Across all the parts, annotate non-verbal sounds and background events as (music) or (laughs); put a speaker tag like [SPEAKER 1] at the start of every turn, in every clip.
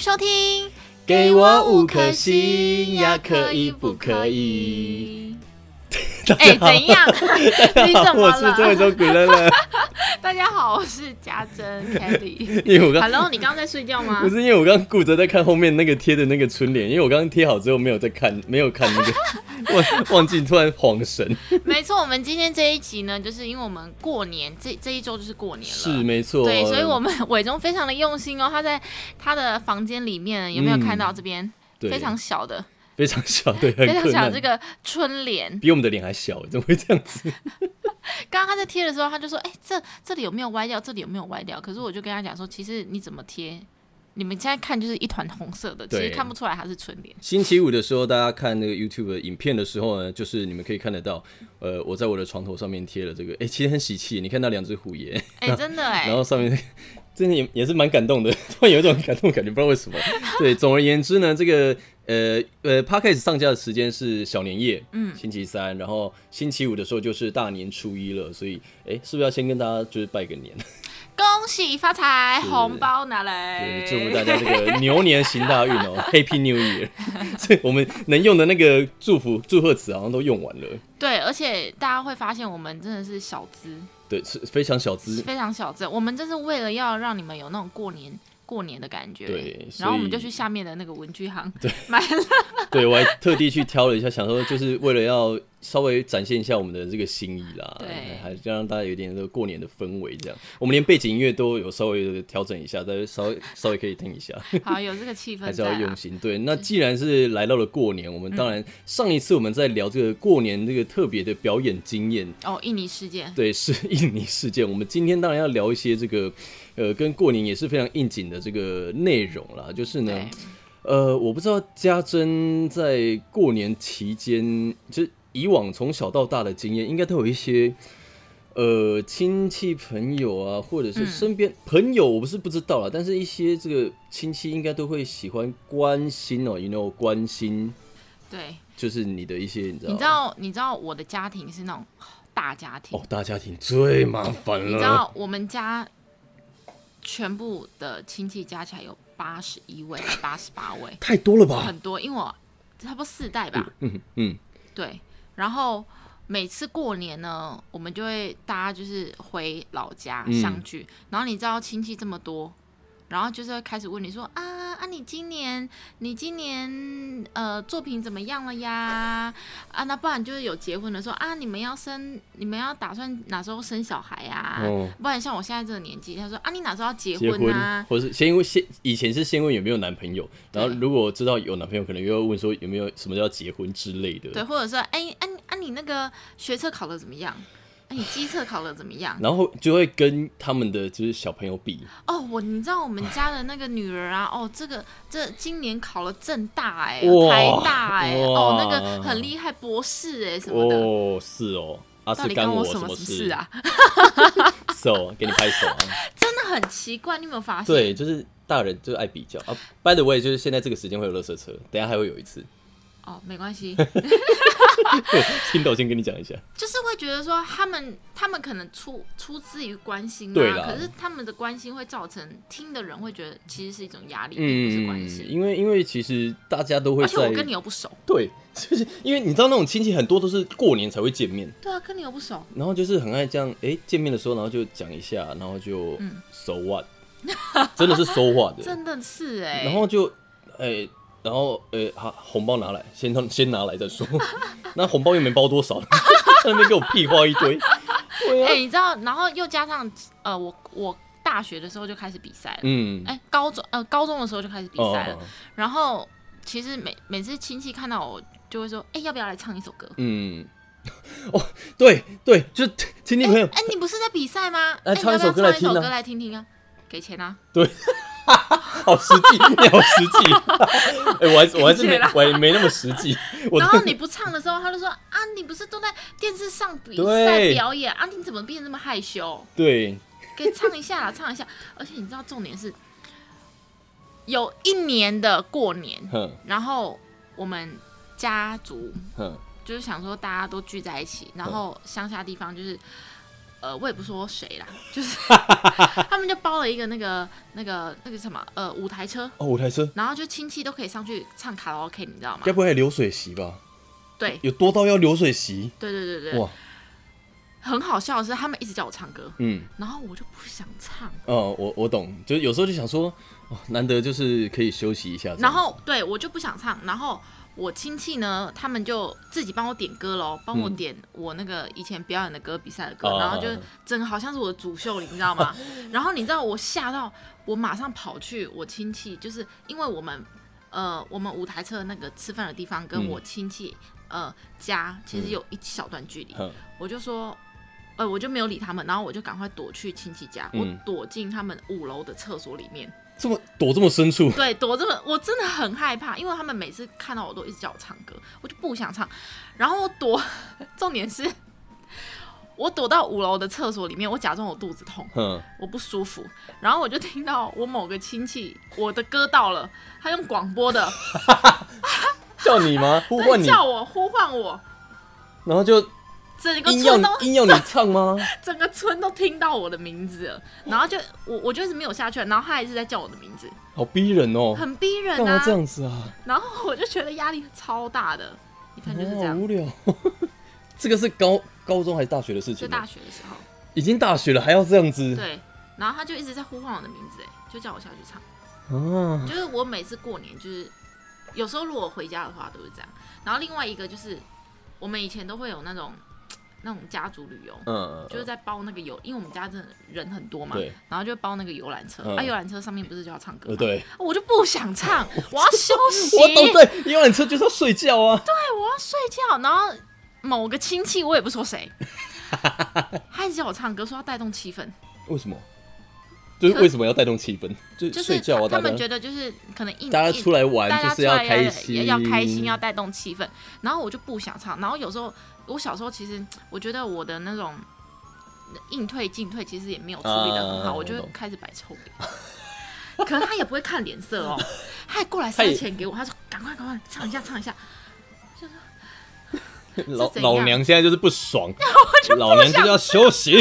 [SPEAKER 1] 收听，
[SPEAKER 2] 给我五颗星呀，可以不可以？？ (laughs)
[SPEAKER 1] 哎、怎样？你
[SPEAKER 2] 大
[SPEAKER 1] 怎
[SPEAKER 2] 家好，我
[SPEAKER 1] 么
[SPEAKER 2] 是这
[SPEAKER 1] 了
[SPEAKER 2] 位？周古乐
[SPEAKER 1] (laughs)
[SPEAKER 2] 乐，
[SPEAKER 1] 大家好，我是家珍 Kelly。
[SPEAKER 2] 因 (laughs) 为我刚
[SPEAKER 1] Hello，你刚刚在睡觉吗
[SPEAKER 2] 不？是因为 (laughs) 我刚顾着在看后面那个贴的那个春联，因为我刚刚贴好之后没有在看，没有看那
[SPEAKER 1] (laughs)
[SPEAKER 2] 个忘忘记，突然恍神。
[SPEAKER 1] 没错，我们今天这一集呢，就是因为我们过年这这一周就是过年了，
[SPEAKER 2] 是没错，
[SPEAKER 1] 对，所以我们伟忠非常的用心哦，他在他的房间里面有没有
[SPEAKER 2] 嗯
[SPEAKER 1] 看到这边、
[SPEAKER 2] 对
[SPEAKER 1] 非常小的、
[SPEAKER 2] 非常小，对，很
[SPEAKER 1] 非常
[SPEAKER 2] 困
[SPEAKER 1] 小
[SPEAKER 2] 难，
[SPEAKER 1] 的这个春联？
[SPEAKER 2] 比我们的脸还小，怎么会这样子？ (laughs)
[SPEAKER 1] 刚刚他在贴的时候，他就说：“哎、这这里有没有歪掉？这里有没有歪掉？”可是我就跟他讲说，其实你怎么贴，你们现在看就是一团红色的，其
[SPEAKER 2] 对
[SPEAKER 1] 实看不出来它是春联。
[SPEAKER 2] 星期五的时候，大家看那个 YouTube 的影片的时候呢，就是你们可以看得到，呃，我在我的床头上面贴了这个，哎、其实很喜气，你看到两只虎爷，
[SPEAKER 1] 哎、
[SPEAKER 2] (laughs)
[SPEAKER 1] 真的哎、
[SPEAKER 2] 然后上面 (laughs) 真的也也是蛮感动的， (laughs) 突然有一种感动的感觉，不知道为什么。对，总而言之呢，这个呃呃 p o d c a s t 上架的时间是小年夜，嗯，星期三，然后星期五的时候就是大年初一了，所以哎、是不是要先跟大家就是拜个年，
[SPEAKER 1] 恭喜发财，
[SPEAKER 2] 是
[SPEAKER 1] 红包拿来
[SPEAKER 2] 对，！祝福大家这个牛年行大运哦，Happy New Year！所以 (laughs) 我们能用的那个祝福祝贺词好像都用完了。
[SPEAKER 1] 对，而且大家会发现我们真的是小资，
[SPEAKER 2] 对，是非常小资，
[SPEAKER 1] 非常小资。我们真是为了要让你们有那种过年过年的感觉，
[SPEAKER 2] 对所以
[SPEAKER 1] 然后我们就去下面的那个文具行买了
[SPEAKER 2] (laughs) 对，我还特地去挑了一下，想说就是为了要稍微展现一下我们的这个心意啦，哎
[SPEAKER 1] 对
[SPEAKER 2] 还让大家有一点这个过年的氛围这样。我们连背景音乐都有稍微的调整一下，大家稍微稍微可以听一下，
[SPEAKER 1] (laughs) 好有这个气氛
[SPEAKER 2] (laughs) 还是
[SPEAKER 1] 在
[SPEAKER 2] 要
[SPEAKER 1] 啊嗯
[SPEAKER 2] 用。心。对，那既然是来到了过年，我们当然上一次我们在聊这个过年这个特别的表演经验，
[SPEAKER 1] 哦，印尼事件，
[SPEAKER 2] 对，是印尼事件。我们今天当然要聊一些这个，呃，跟过年也是非常应景的这个内容啦。就是呢
[SPEAKER 1] 对，
[SPEAKER 2] 呃，我不知道家珍在过年期间，就是以往从小到大的经验，应该都有一些。呃，亲戚朋友啊，或者
[SPEAKER 1] 嗯
[SPEAKER 2] 是身边、朋友，我不是不知道啦，但是一些这个亲戚应该都会喜欢关心哦，you know，关心
[SPEAKER 1] 对，
[SPEAKER 2] 就是你的一些，你知道，
[SPEAKER 1] 你知道你知道我的家庭是那种大家庭
[SPEAKER 2] 哦，，大家庭最麻烦了，
[SPEAKER 1] 你知道我们家全部的亲戚加起来有八十一位、八十八位，
[SPEAKER 2] 太多了吧？
[SPEAKER 1] 很多，因为我差不多四代吧，
[SPEAKER 2] 嗯嗯，
[SPEAKER 1] 对。然后每次过年呢，我们就会大家就是回老家
[SPEAKER 2] 嗯
[SPEAKER 1] 相聚，然后你知道亲戚这么多。然后就是会开始问你说啊啊，你今年你今年呃作品怎么样了呀？啊，那不然就是有结婚的说啊，你们要生，你们要打算哪时候生小孩呀、
[SPEAKER 2] 哦
[SPEAKER 1] 不然像我现在这个年纪，他说啊，你哪时候要结
[SPEAKER 2] 结
[SPEAKER 1] 婚
[SPEAKER 2] 婚，
[SPEAKER 1] 啊？
[SPEAKER 2] 或是先问先以前是先问有没有男朋友，然后如果知道有男朋友，可能又要问说有没有什么叫结婚之类的。
[SPEAKER 1] 对，或者说哎啊你啊，你那个学测考的怎么样？啊，你机测考的怎么样？
[SPEAKER 2] 然后就会跟他们的就是小朋友比，
[SPEAKER 1] 哦，我你知道我们家的那个女儿啊，哦，这个这今年考了正大哎、
[SPEAKER 2] 哇
[SPEAKER 1] 台大哎、
[SPEAKER 2] 哇
[SPEAKER 1] 哦那个很厉害博士哎、什么的，
[SPEAKER 2] 哦，是哦，啊
[SPEAKER 1] 到
[SPEAKER 2] 是
[SPEAKER 1] 底
[SPEAKER 2] 干
[SPEAKER 1] 关我
[SPEAKER 2] 什
[SPEAKER 1] 么
[SPEAKER 2] 事
[SPEAKER 1] 事？啊？
[SPEAKER 2] 是哦，给你拍
[SPEAKER 1] (laughs)
[SPEAKER 2] 手啊！
[SPEAKER 1] 真的很奇怪，你有没有发现？
[SPEAKER 2] 对，就是大人就是爱比较啊。By the way，就是现在这个时间会有垃圾车，等一下还会有一次， (laughs)
[SPEAKER 1] 哦，没关系，
[SPEAKER 2] 听到先跟你讲一下。
[SPEAKER 1] 就是会觉得说他们他们可能出出自于关心
[SPEAKER 2] 对
[SPEAKER 1] 啊，
[SPEAKER 2] 啦
[SPEAKER 1] 可是他们的关心会造成听的人会觉得其实是一种压力，并不是关
[SPEAKER 2] 嗯，
[SPEAKER 1] 心。
[SPEAKER 2] 因为因为其实大家都会
[SPEAKER 1] 而且
[SPEAKER 2] 在
[SPEAKER 1] 我跟你又不熟，
[SPEAKER 2] 对，就是因为你知道那种亲戚很多都是过年才会见面。
[SPEAKER 1] 对啊，跟你又不熟，
[SPEAKER 2] 然后就是很爱这样，哎、见面的时候，然后就讲一下，然后就
[SPEAKER 1] 嗯
[SPEAKER 2] so what，真的是 so what
[SPEAKER 1] (laughs)
[SPEAKER 2] 的，
[SPEAKER 1] 真的是哎、
[SPEAKER 2] 然后就，哎、然后，哎、好，红包拿来，先让先拿来
[SPEAKER 1] (laughs)
[SPEAKER 2] 再说，那红包又没包多少，在那边给我屁话一堆，
[SPEAKER 1] (laughs)
[SPEAKER 2] 对
[SPEAKER 1] 哎、
[SPEAKER 2] 啊，
[SPEAKER 1] 你知道，然后又加上呃，我我大学的时候就开始比赛了，哎、
[SPEAKER 2] 嗯，
[SPEAKER 1] 高中呃高中的时候就开始比赛啊了，
[SPEAKER 2] 哦
[SPEAKER 1] 然后其实每每次亲戚看到我就会说，哎、要不要来唱一首歌？
[SPEAKER 2] 嗯， (laughs) 哦，对对，就亲戚朋友，
[SPEAKER 1] 哎、你不是在比赛吗？哎、
[SPEAKER 2] 来
[SPEAKER 1] 你
[SPEAKER 2] 唱一
[SPEAKER 1] 要不要
[SPEAKER 2] 首歌来
[SPEAKER 1] 唱一首
[SPEAKER 2] 听啊
[SPEAKER 1] 歌来听听啊？给钱啊！
[SPEAKER 2] 好实际，你好实际，
[SPEAKER 1] (laughs)
[SPEAKER 2] 哎、我还是我还是
[SPEAKER 1] 感谢
[SPEAKER 2] 没
[SPEAKER 1] 啦
[SPEAKER 2] 我还没那么实际，我
[SPEAKER 1] 然后你不唱的时候，他就说啊，你不是都在电视上比赛
[SPEAKER 2] 对
[SPEAKER 1] 表演啊？你怎么变得那么害羞？
[SPEAKER 2] 对，
[SPEAKER 1] 给唱一下啦，唱一下。而且你知道重点是，有一年的过年，
[SPEAKER 2] 哼
[SPEAKER 1] 然后我们家族
[SPEAKER 2] 哼，
[SPEAKER 1] 就是想说大家都聚在一起，然后乡下地方就是。呃，我也不说谁啦，就是他们就包了一个那个那个那个什么呃舞台车，
[SPEAKER 2] 哦，五台车，
[SPEAKER 1] 然后就亲戚都可以上去唱卡拉 OK，你知道吗
[SPEAKER 2] 该？不会还流水席吧？
[SPEAKER 1] 对
[SPEAKER 2] 有多到要流水席？
[SPEAKER 1] 对对对对，
[SPEAKER 2] 哇，
[SPEAKER 1] 很好笑的是他们一直叫我唱歌，
[SPEAKER 2] 嗯，
[SPEAKER 1] 然后我就不想唱，
[SPEAKER 2] 哦，我我懂，就是有时候就想说，哦，难得就是可以休息一下这样子。
[SPEAKER 1] 然后对我就不想唱，然后我亲戚呢，他们就自己帮我点歌喽，帮我
[SPEAKER 2] 嗯
[SPEAKER 1] 点我那个以前表演的歌、比赛的歌，
[SPEAKER 2] 啊
[SPEAKER 1] 然后就整个好像是我的主秀，你知道吗？ (laughs) 然后你知道我吓到，我马上跑去我亲戚，就是因为我们呃我们舞台侧那个吃饭的地方跟
[SPEAKER 2] 嗯
[SPEAKER 1] 我亲戚、呃家其实
[SPEAKER 2] 嗯
[SPEAKER 1] 有一小段距离，
[SPEAKER 2] 嗯，
[SPEAKER 1] 我就说。呃，我就没有理他们，然后我就赶快躲去亲戚家，
[SPEAKER 2] 嗯
[SPEAKER 1] 我躲进他们五楼的厕所里面，
[SPEAKER 2] 这么躲这么深处，
[SPEAKER 1] 对，躲这个我真的很害怕，因为他们每次看到我都一直叫我唱歌，我就不想唱。然后我躲， (laughs) 重点是我躲到五楼的厕所里面，我假装我肚子痛，
[SPEAKER 2] 嗯，
[SPEAKER 1] 我不舒服。然后我就听到我某个亲戚，我的歌到了，他用广播的
[SPEAKER 2] 叫你
[SPEAKER 1] (laughs)
[SPEAKER 2] 吗？ (laughs) 呼
[SPEAKER 1] 在
[SPEAKER 2] 唤你，
[SPEAKER 1] 叫我呼唤我，
[SPEAKER 2] 然后就
[SPEAKER 1] 整个
[SPEAKER 2] 硬要
[SPEAKER 1] 村哦
[SPEAKER 2] 你
[SPEAKER 1] 都
[SPEAKER 2] 硬要你唱吗？
[SPEAKER 1] (laughs) 整个村都听到我的名字了。然后就我我就是没有下去了，然后他还是在叫我的名字，
[SPEAKER 2] 好逼人哦，
[SPEAKER 1] (laughs) 很逼人
[SPEAKER 2] 干嘛
[SPEAKER 1] 啊。
[SPEAKER 2] 这样子啊？
[SPEAKER 1] 然后我就觉得压力超大的，你看就是这
[SPEAKER 2] 哦好
[SPEAKER 1] 样。
[SPEAKER 2] 无聊。 (laughs) 这个是高高中还是大学的事
[SPEAKER 1] 就
[SPEAKER 2] 情？啊
[SPEAKER 1] 大学的时候，
[SPEAKER 2] 已经大学了，还要这样子？
[SPEAKER 1] 对，然后他就一直在呼唤我的名字，哎，就叫我下去唱。
[SPEAKER 2] 啊，
[SPEAKER 1] 就是我每次过年，就是有时候如果我回家的话都是这样。然后另外一个就是，我们以前都会有那种那种家族旅游，
[SPEAKER 2] 嗯，
[SPEAKER 1] 就是在包那个游，因为我们家真的人很多嘛
[SPEAKER 2] 对，
[SPEAKER 1] 然后就包那个游览车。
[SPEAKER 2] 嗯
[SPEAKER 1] 啊，游览车上面不是就要唱歌
[SPEAKER 2] 呃
[SPEAKER 1] 吗？
[SPEAKER 2] 对，
[SPEAKER 1] 我就不想
[SPEAKER 2] (laughs)
[SPEAKER 1] 唱，我要休息，
[SPEAKER 2] 我懂对，因为你车就是要睡觉啊。
[SPEAKER 1] 我要睡觉，然后某个亲戚我也不说谁，他一直叫我唱歌，说要带动气氛。
[SPEAKER 2] 为什么？就是为什么要带动气氛？就
[SPEAKER 1] 就是是
[SPEAKER 2] 睡觉啊，
[SPEAKER 1] 他
[SPEAKER 2] 大
[SPEAKER 1] 他们
[SPEAKER 2] 家
[SPEAKER 1] 觉得就是可能一
[SPEAKER 2] (laughs) 大家
[SPEAKER 1] 一
[SPEAKER 2] 出来玩
[SPEAKER 1] 大家
[SPEAKER 2] 就是
[SPEAKER 1] 出来
[SPEAKER 2] 开心，
[SPEAKER 1] 要开心，
[SPEAKER 2] (laughs)
[SPEAKER 1] 要带动气氛。然后我就不想唱，然后有时候我小时候其实我觉得我的那种应退进退其实也没有处理的很好，
[SPEAKER 2] 啊
[SPEAKER 1] 我就
[SPEAKER 2] 我
[SPEAKER 1] 会
[SPEAKER 2] 懂
[SPEAKER 1] 开始摆臭脸。可能他也不会看脸色哦，他也过来
[SPEAKER 2] 他也
[SPEAKER 1] 塞钱给我，他说赶快赶快唱一下唱一下，
[SPEAKER 2] 老
[SPEAKER 1] 怎样
[SPEAKER 2] 老娘现在就是
[SPEAKER 1] (laughs)
[SPEAKER 2] 不爽，老娘就是要休息。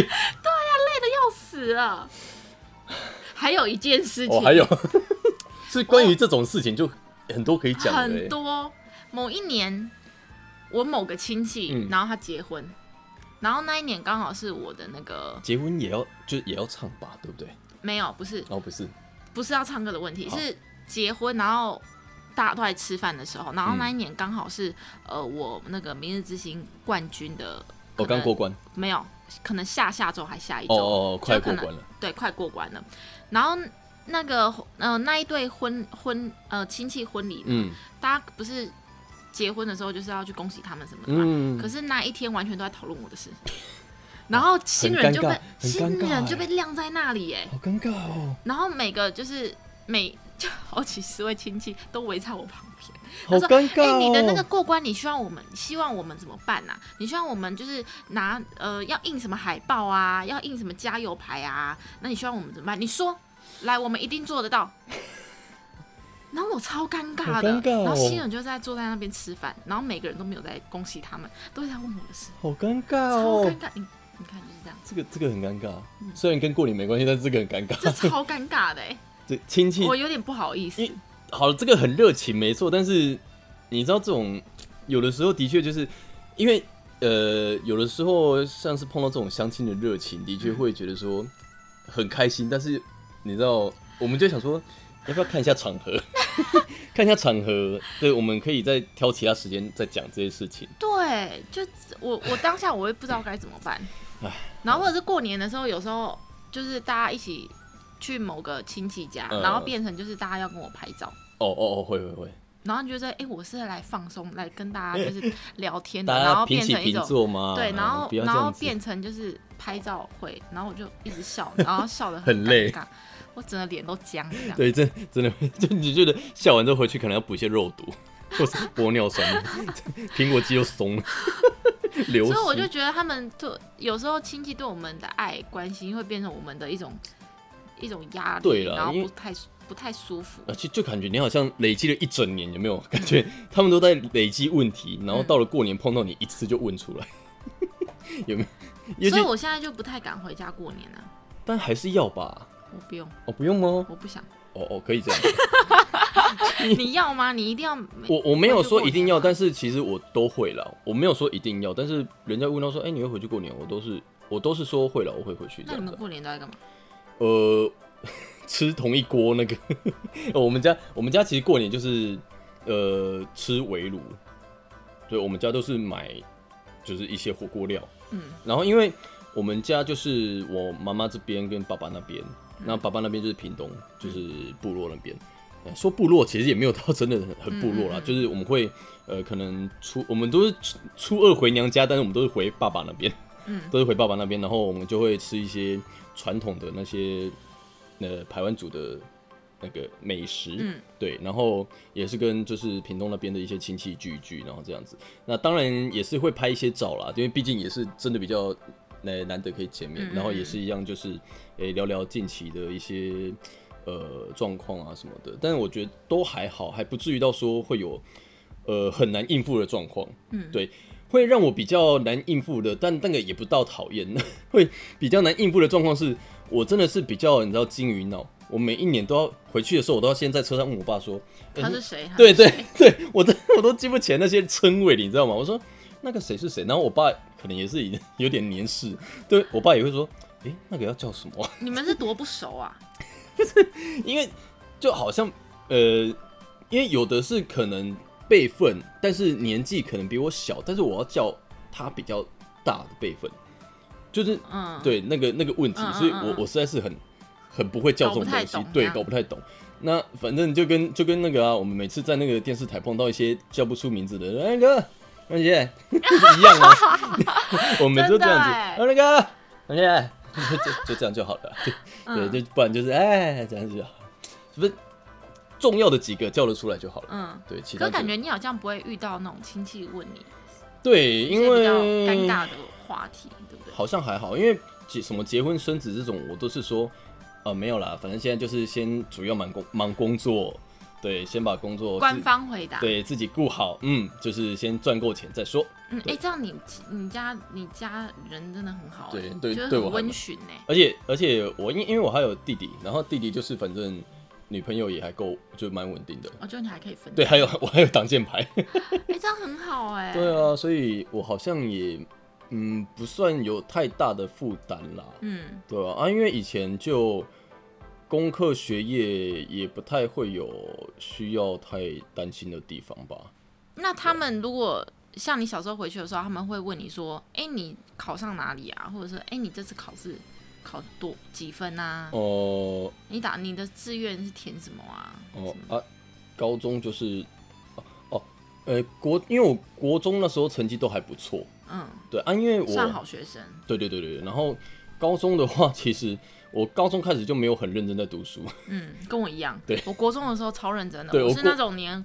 [SPEAKER 1] 要死了。还有一件事情，
[SPEAKER 2] 哦，
[SPEAKER 1] (laughs)
[SPEAKER 2] 还有，是关于这种事情就很多可以讲的、
[SPEAKER 1] 很多。某一年，我某个亲戚，
[SPEAKER 2] 嗯
[SPEAKER 1] 然后他结婚，然后那一年刚好是我的那个
[SPEAKER 2] 结婚也要就也要唱吧，对不对？
[SPEAKER 1] 没有，不是
[SPEAKER 2] 哦，不是，
[SPEAKER 1] 不是要唱歌的问题，
[SPEAKER 2] 好
[SPEAKER 1] 是结婚，然后大家都在吃饭的时候，然后
[SPEAKER 2] 嗯
[SPEAKER 1] 那一年刚好是、呃我那个明日之星冠军的，
[SPEAKER 2] 我、
[SPEAKER 1] 可能
[SPEAKER 2] 哦刚过关，
[SPEAKER 1] 没有，可能下下周还下一周，
[SPEAKER 2] 哦哦，哦
[SPEAKER 1] 就
[SPEAKER 2] 快
[SPEAKER 1] 可
[SPEAKER 2] 过
[SPEAKER 1] 能
[SPEAKER 2] 关了，
[SPEAKER 1] 对，快过关了，然后。那个呃，那一对婚婚呃亲戚婚礼呢，
[SPEAKER 2] 嗯
[SPEAKER 1] 大家不是结婚的时候就是要去恭喜他们什么的嘛，
[SPEAKER 2] 嗯，
[SPEAKER 1] 可是那一天完全都在讨论我的事，然后新人
[SPEAKER 2] 很尴
[SPEAKER 1] 就被
[SPEAKER 2] 尬很尴
[SPEAKER 1] 新
[SPEAKER 2] 尬
[SPEAKER 1] 人就
[SPEAKER 2] 欸
[SPEAKER 1] 被晾在那里哎，
[SPEAKER 2] 好尴尬哦，
[SPEAKER 1] 然后每个就是每就好几十位亲戚都围在我旁边，
[SPEAKER 2] 好尴尬
[SPEAKER 1] 哎、
[SPEAKER 2] 哦。
[SPEAKER 1] 你的那个过关，你希望我们希望我们怎么办呐、你希望我们就是拿呃要印什么海报啊，要印什么加油牌啊？那你希望我们怎么办？你说，来，我们一定做得到。然后我超尴尬
[SPEAKER 2] 好
[SPEAKER 1] 的，
[SPEAKER 2] 尴尬哦
[SPEAKER 1] 然后新人就在坐在那边吃饭，然后每个人都没有在恭喜他们，都在问我的事，
[SPEAKER 2] 好尴尬
[SPEAKER 1] 超
[SPEAKER 2] 哦
[SPEAKER 1] 尴，尬。你你看就是这样，
[SPEAKER 2] 这个这个很尴尬，虽然跟过年没关系，但是这个很尴
[SPEAKER 1] 这
[SPEAKER 2] 尬。
[SPEAKER 1] 超尴尬的哎、
[SPEAKER 2] (laughs) 对，亲戚
[SPEAKER 1] 我有点不好意思
[SPEAKER 2] 因。好了，这个很热情没错，但是你知道这种呃有的时候的确就是因为呃，有的时候像是碰到这种相亲的热情，的确会觉得说很开心，但是你知道，我们就想说要不要看一下场合， (laughs) 看一下场合，对，我们可以再挑其他时间再讲这些事情。
[SPEAKER 1] 对，就我我当下我也不知道该怎么办。然后或者是过年的时候，有时候就是大家一起去某个亲戚家，
[SPEAKER 2] 嗯
[SPEAKER 1] 然后变成就是大家要跟我拍照，
[SPEAKER 2] 哦哦哦，会会会，
[SPEAKER 1] 然后你觉得哎、诶我是来放松，来跟大家就
[SPEAKER 2] (laughs)
[SPEAKER 1] 是聊天的，
[SPEAKER 2] 大
[SPEAKER 1] 嗯然后
[SPEAKER 2] 家平
[SPEAKER 1] 变
[SPEAKER 2] 起
[SPEAKER 1] 成一
[SPEAKER 2] 平
[SPEAKER 1] 种。
[SPEAKER 2] 坐嘛，
[SPEAKER 1] 对，然后
[SPEAKER 2] 不要这
[SPEAKER 1] 然后
[SPEAKER 2] 样子，
[SPEAKER 1] 变成就是拍照会，然后我就一直笑，
[SPEAKER 2] (laughs)
[SPEAKER 1] 然后笑的
[SPEAKER 2] 很累
[SPEAKER 1] 尴尬，我整个脸都僵了这样。
[SPEAKER 2] (laughs) 对，真真的会，就你觉得笑完之后回去可能要补一些肉毒，或是玻尿酸，苹果肌又松了，流
[SPEAKER 1] 所以我
[SPEAKER 2] 失
[SPEAKER 1] 就觉得他们就有时候亲戚对我们的爱关心会变成我们的一种一种压力，
[SPEAKER 2] 对啦
[SPEAKER 1] 然后
[SPEAKER 2] 因
[SPEAKER 1] 不
[SPEAKER 2] 为
[SPEAKER 1] 太不太舒服。
[SPEAKER 2] 而啊且就感觉你好像累积了一整年，有没有？感
[SPEAKER 1] 嗯
[SPEAKER 2] 觉他们都在累积问题，然后到了过年碰到你一次就问出来， (laughs) 有没有？
[SPEAKER 1] 所以
[SPEAKER 2] 尤其
[SPEAKER 1] 我现在就不太敢回家过年了。
[SPEAKER 2] 但还是要吧。
[SPEAKER 1] 我不用，
[SPEAKER 2] 哦，不用吗？
[SPEAKER 1] 我不
[SPEAKER 2] (laughs)
[SPEAKER 1] 想。
[SPEAKER 2] 哦哦，可以这样。
[SPEAKER 1] 你要吗？你一定要？
[SPEAKER 2] 我我没有
[SPEAKER 1] 回去过
[SPEAKER 2] 说
[SPEAKER 1] 年
[SPEAKER 2] 一定要，
[SPEAKER 1] 吗
[SPEAKER 2] 但是其实我都会了。我没有说一定要，但是人家问到说，哎、你会回去过年？我都是我都是说会了，我会回去这
[SPEAKER 1] 那你
[SPEAKER 2] 样
[SPEAKER 1] 们
[SPEAKER 2] 的。
[SPEAKER 1] 过年都在干嘛？
[SPEAKER 2] 呃， (laughs) 吃同一锅那个， (laughs) 呃我们家我们家其实过年就是呃吃围炉，对，我们家都是买就是一些火锅料，
[SPEAKER 1] 嗯
[SPEAKER 2] 然后因为我们家就是我妈妈这边跟爸爸那边，
[SPEAKER 1] 嗯
[SPEAKER 2] 那爸爸那边就是屏东，就是部落那边。呃说部落其实也没有到真的很很部落啦，
[SPEAKER 1] 嗯嗯嗯
[SPEAKER 2] 就是我们会呃可能初我们都是初初二回娘家，但是我们都是回爸爸那边，
[SPEAKER 1] 嗯
[SPEAKER 2] 都是回爸爸那边，然后我们就会吃一些传统的那些呃台湾族的那个美食，
[SPEAKER 1] 嗯
[SPEAKER 2] 对，然后也是跟就是屏东那边的一些亲戚聚一聚，然后这样子。那当然也是会拍一些照啦，因为毕竟也是真的比较呃难得可以见面，
[SPEAKER 1] 嗯嗯
[SPEAKER 2] 然后也是一样就是诶、聊聊近期的一些呃状况啊什么的，但是我觉得都还好，还不至于到说会有呃很难应付的状况。
[SPEAKER 1] 嗯，
[SPEAKER 2] 对会让我比较难应付的，但那个也不到讨厌， (laughs) 会比较难应付的状况是我真的是比较你知道金鱼脑，我每一年都要回去的时候，我都要先在车上问我爸说，
[SPEAKER 1] 他是谁？ (laughs) 他是
[SPEAKER 2] 嗯对对
[SPEAKER 1] 谁，
[SPEAKER 2] 对，我真我都记不起来那些称谓，你知道吗？我说那个谁是谁，然后我爸可能也是已经有点年事，对我爸也会说，诶、那个要叫什么啊？ (laughs)
[SPEAKER 1] 你们是多不熟啊？
[SPEAKER 2] 因为就好像呃，因为有的是可能辈分，但是年纪可能比我小，但是我要叫他比较大的辈分，就是
[SPEAKER 1] 嗯，，
[SPEAKER 2] 对那个那个问题
[SPEAKER 1] 嗯嗯，
[SPEAKER 2] 所以
[SPEAKER 1] 嗯
[SPEAKER 2] 我
[SPEAKER 1] 嗯
[SPEAKER 2] 我实在是很很不会叫这
[SPEAKER 1] 搞
[SPEAKER 2] 种东
[SPEAKER 1] 不太
[SPEAKER 2] 西
[SPEAKER 1] 懂，
[SPEAKER 2] 对，
[SPEAKER 1] 这样
[SPEAKER 2] 搞不太懂。那反正就跟就跟那个啊，我们每次在那个电视台碰到一些叫不出名字的人，哎那个那姐 (laughs) 一样
[SPEAKER 1] (laughs)
[SPEAKER 2] 啊，我们每次都这样子，啊
[SPEAKER 1] 真欸
[SPEAKER 2] 那个那姐 (laughs) 就就这样就好了，
[SPEAKER 1] 嗯
[SPEAKER 2] 对对，就不然就是哎这样子就好了，是不是重要的几个叫得出来就好了？
[SPEAKER 1] 嗯。
[SPEAKER 2] 对，其他
[SPEAKER 1] 可
[SPEAKER 2] 就
[SPEAKER 1] 感觉你好像不会遇到那种亲戚问你
[SPEAKER 2] 对，
[SPEAKER 1] 一
[SPEAKER 2] 因
[SPEAKER 1] 些比
[SPEAKER 2] 为
[SPEAKER 1] 较尴尬的话题，对不对？
[SPEAKER 2] 好像还好，因为结什么结婚生子这种，我都是说，呃，没有啦，反正现在就是先主要忙工忙工作，对，先把工作
[SPEAKER 1] 官
[SPEAKER 2] 自
[SPEAKER 1] 方回答，
[SPEAKER 2] 对自己顾好，嗯，就是先赚够钱再说。
[SPEAKER 1] 嗯，哎、
[SPEAKER 2] 对
[SPEAKER 1] 这样你你家你家人真的很好、欸，
[SPEAKER 2] 对对
[SPEAKER 1] 就是
[SPEAKER 2] 对我
[SPEAKER 1] 很
[SPEAKER 2] 还
[SPEAKER 1] 温
[SPEAKER 2] 蛮
[SPEAKER 1] 驯呢、
[SPEAKER 2] 而且而且我因因为我还有弟弟，然后弟弟就是反正女朋友也还够，就蛮稳定的。
[SPEAKER 1] 我哦觉得你还可以分，
[SPEAKER 2] 对，还有我还有挡箭牌，
[SPEAKER 1] 哎、这样很
[SPEAKER 2] (laughs)
[SPEAKER 1] 好哎、
[SPEAKER 2] 对啊，所以我好像也嗯不算有太大的负担啦。
[SPEAKER 1] 嗯，
[SPEAKER 2] 对啊，啊，因为以前就功课学业也不太会有需要太担心的地方吧。
[SPEAKER 1] 那
[SPEAKER 2] 啊
[SPEAKER 1] 他们如果像你小时候回去的时候，他们会问你说，哎、你考上哪里啊？或者是哎、你这次考试考多几分啊？
[SPEAKER 2] 哦、
[SPEAKER 1] 你打你的志愿是填什么啊？
[SPEAKER 2] 哦
[SPEAKER 1] 什么的
[SPEAKER 2] 啊，高中就是哦哦，呃，国因为我国中那时候成绩都还不错，
[SPEAKER 1] 嗯，
[SPEAKER 2] 对啊，因为
[SPEAKER 1] 算
[SPEAKER 2] 我
[SPEAKER 1] 好学生，
[SPEAKER 2] 对对对对，对然后高中的话，其实我高中开始就没有很认真在读书，
[SPEAKER 1] 嗯，跟我一样，
[SPEAKER 2] 对
[SPEAKER 1] 我国中的时候超认真的，
[SPEAKER 2] 对我
[SPEAKER 1] 是
[SPEAKER 2] 国
[SPEAKER 1] 那种连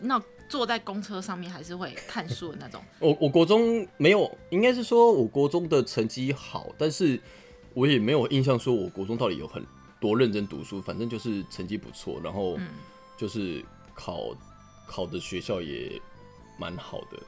[SPEAKER 1] 那坐在公车上面还是会看书的那
[SPEAKER 2] (laughs)
[SPEAKER 1] 种，
[SPEAKER 2] 我我国中没有，应该是说我国中的成绩好，但是我也没有印象说我国中到底有很多认真读书，反正就是成绩不错，然后
[SPEAKER 1] 嗯
[SPEAKER 2] 就是考考的学校也蛮好的，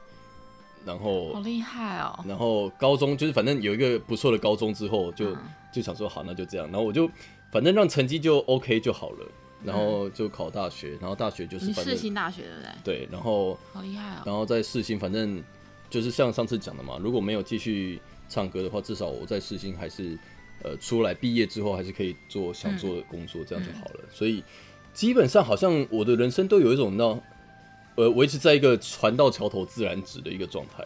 [SPEAKER 2] 然
[SPEAKER 1] 好
[SPEAKER 2] 后
[SPEAKER 1] 厉害哦，
[SPEAKER 2] 然后高中就是反正有一个不错的高中之后就，就、
[SPEAKER 1] 嗯
[SPEAKER 2] 想说好那就这样，然后我就反正让成绩就 OK 就好了，然后就考大学，然后大学就是
[SPEAKER 1] 嗯你
[SPEAKER 2] 反
[SPEAKER 1] 世
[SPEAKER 2] 正
[SPEAKER 1] 新大学对不对？
[SPEAKER 2] 对，然后。
[SPEAKER 1] 好厉害哦！
[SPEAKER 2] 然后在世新，反正就是像上次讲的嘛，如果没有继续唱歌的话，至少我在世新还是呃出来毕业之后还是可以做想做的工作，这样就好
[SPEAKER 1] 嗯
[SPEAKER 2] 了。所以基本上好像我的人生都有一种那呃维持在一个船到桥头自然直的一个状态，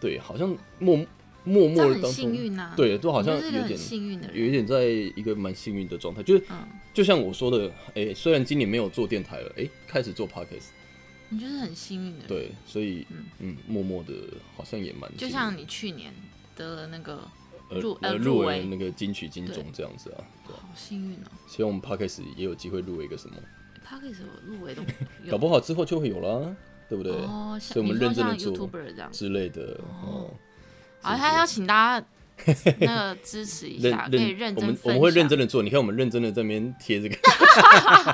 [SPEAKER 2] 对，好像默默
[SPEAKER 1] 这
[SPEAKER 2] 默
[SPEAKER 1] 样
[SPEAKER 2] 的
[SPEAKER 1] 很
[SPEAKER 2] 当
[SPEAKER 1] 幸
[SPEAKER 2] 中。
[SPEAKER 1] 运呐、啊，
[SPEAKER 2] 对，都好像
[SPEAKER 1] 你就是一个
[SPEAKER 2] 有
[SPEAKER 1] 很
[SPEAKER 2] 点
[SPEAKER 1] 幸运的
[SPEAKER 2] 有一
[SPEAKER 1] 人。
[SPEAKER 2] 点在一个蛮幸运的状态，就是
[SPEAKER 1] 嗯，
[SPEAKER 2] 就像我说的，哎、虽然今年没有做电台了，哎、开始做 podcast，
[SPEAKER 1] 你就是很幸运的人。，
[SPEAKER 2] 对，所以
[SPEAKER 1] 嗯
[SPEAKER 2] 嗯默默的，好像也蛮
[SPEAKER 1] 就
[SPEAKER 2] 幸运
[SPEAKER 1] 像你去年得了那个，
[SPEAKER 2] 呃
[SPEAKER 1] 入呃
[SPEAKER 2] 呃
[SPEAKER 1] 入
[SPEAKER 2] 入
[SPEAKER 1] 围
[SPEAKER 2] 围那个金曲金钟
[SPEAKER 1] 对
[SPEAKER 2] 这样子啊，对啊
[SPEAKER 1] 好幸运哦。
[SPEAKER 2] 希望我们 podcast 也有机会入围一个什么，
[SPEAKER 1] 他可以有入围的，
[SPEAKER 2] (laughs) 搞不好之后就会有啦，对不对？
[SPEAKER 1] 哦，
[SPEAKER 2] 所以
[SPEAKER 1] 像你
[SPEAKER 2] 我们
[SPEAKER 1] 说
[SPEAKER 2] 认真
[SPEAKER 1] 像
[SPEAKER 2] 的做哦
[SPEAKER 1] YouTuber 这样。
[SPEAKER 2] 之类的，哦，
[SPEAKER 1] 好，他要请大家那个支持一
[SPEAKER 2] 认
[SPEAKER 1] 下，可以认
[SPEAKER 2] 认我
[SPEAKER 1] 真
[SPEAKER 2] 们
[SPEAKER 1] 分享。
[SPEAKER 2] 我们会认真的做，你看我们认真的这边
[SPEAKER 1] (laughs)
[SPEAKER 2] 贴这个，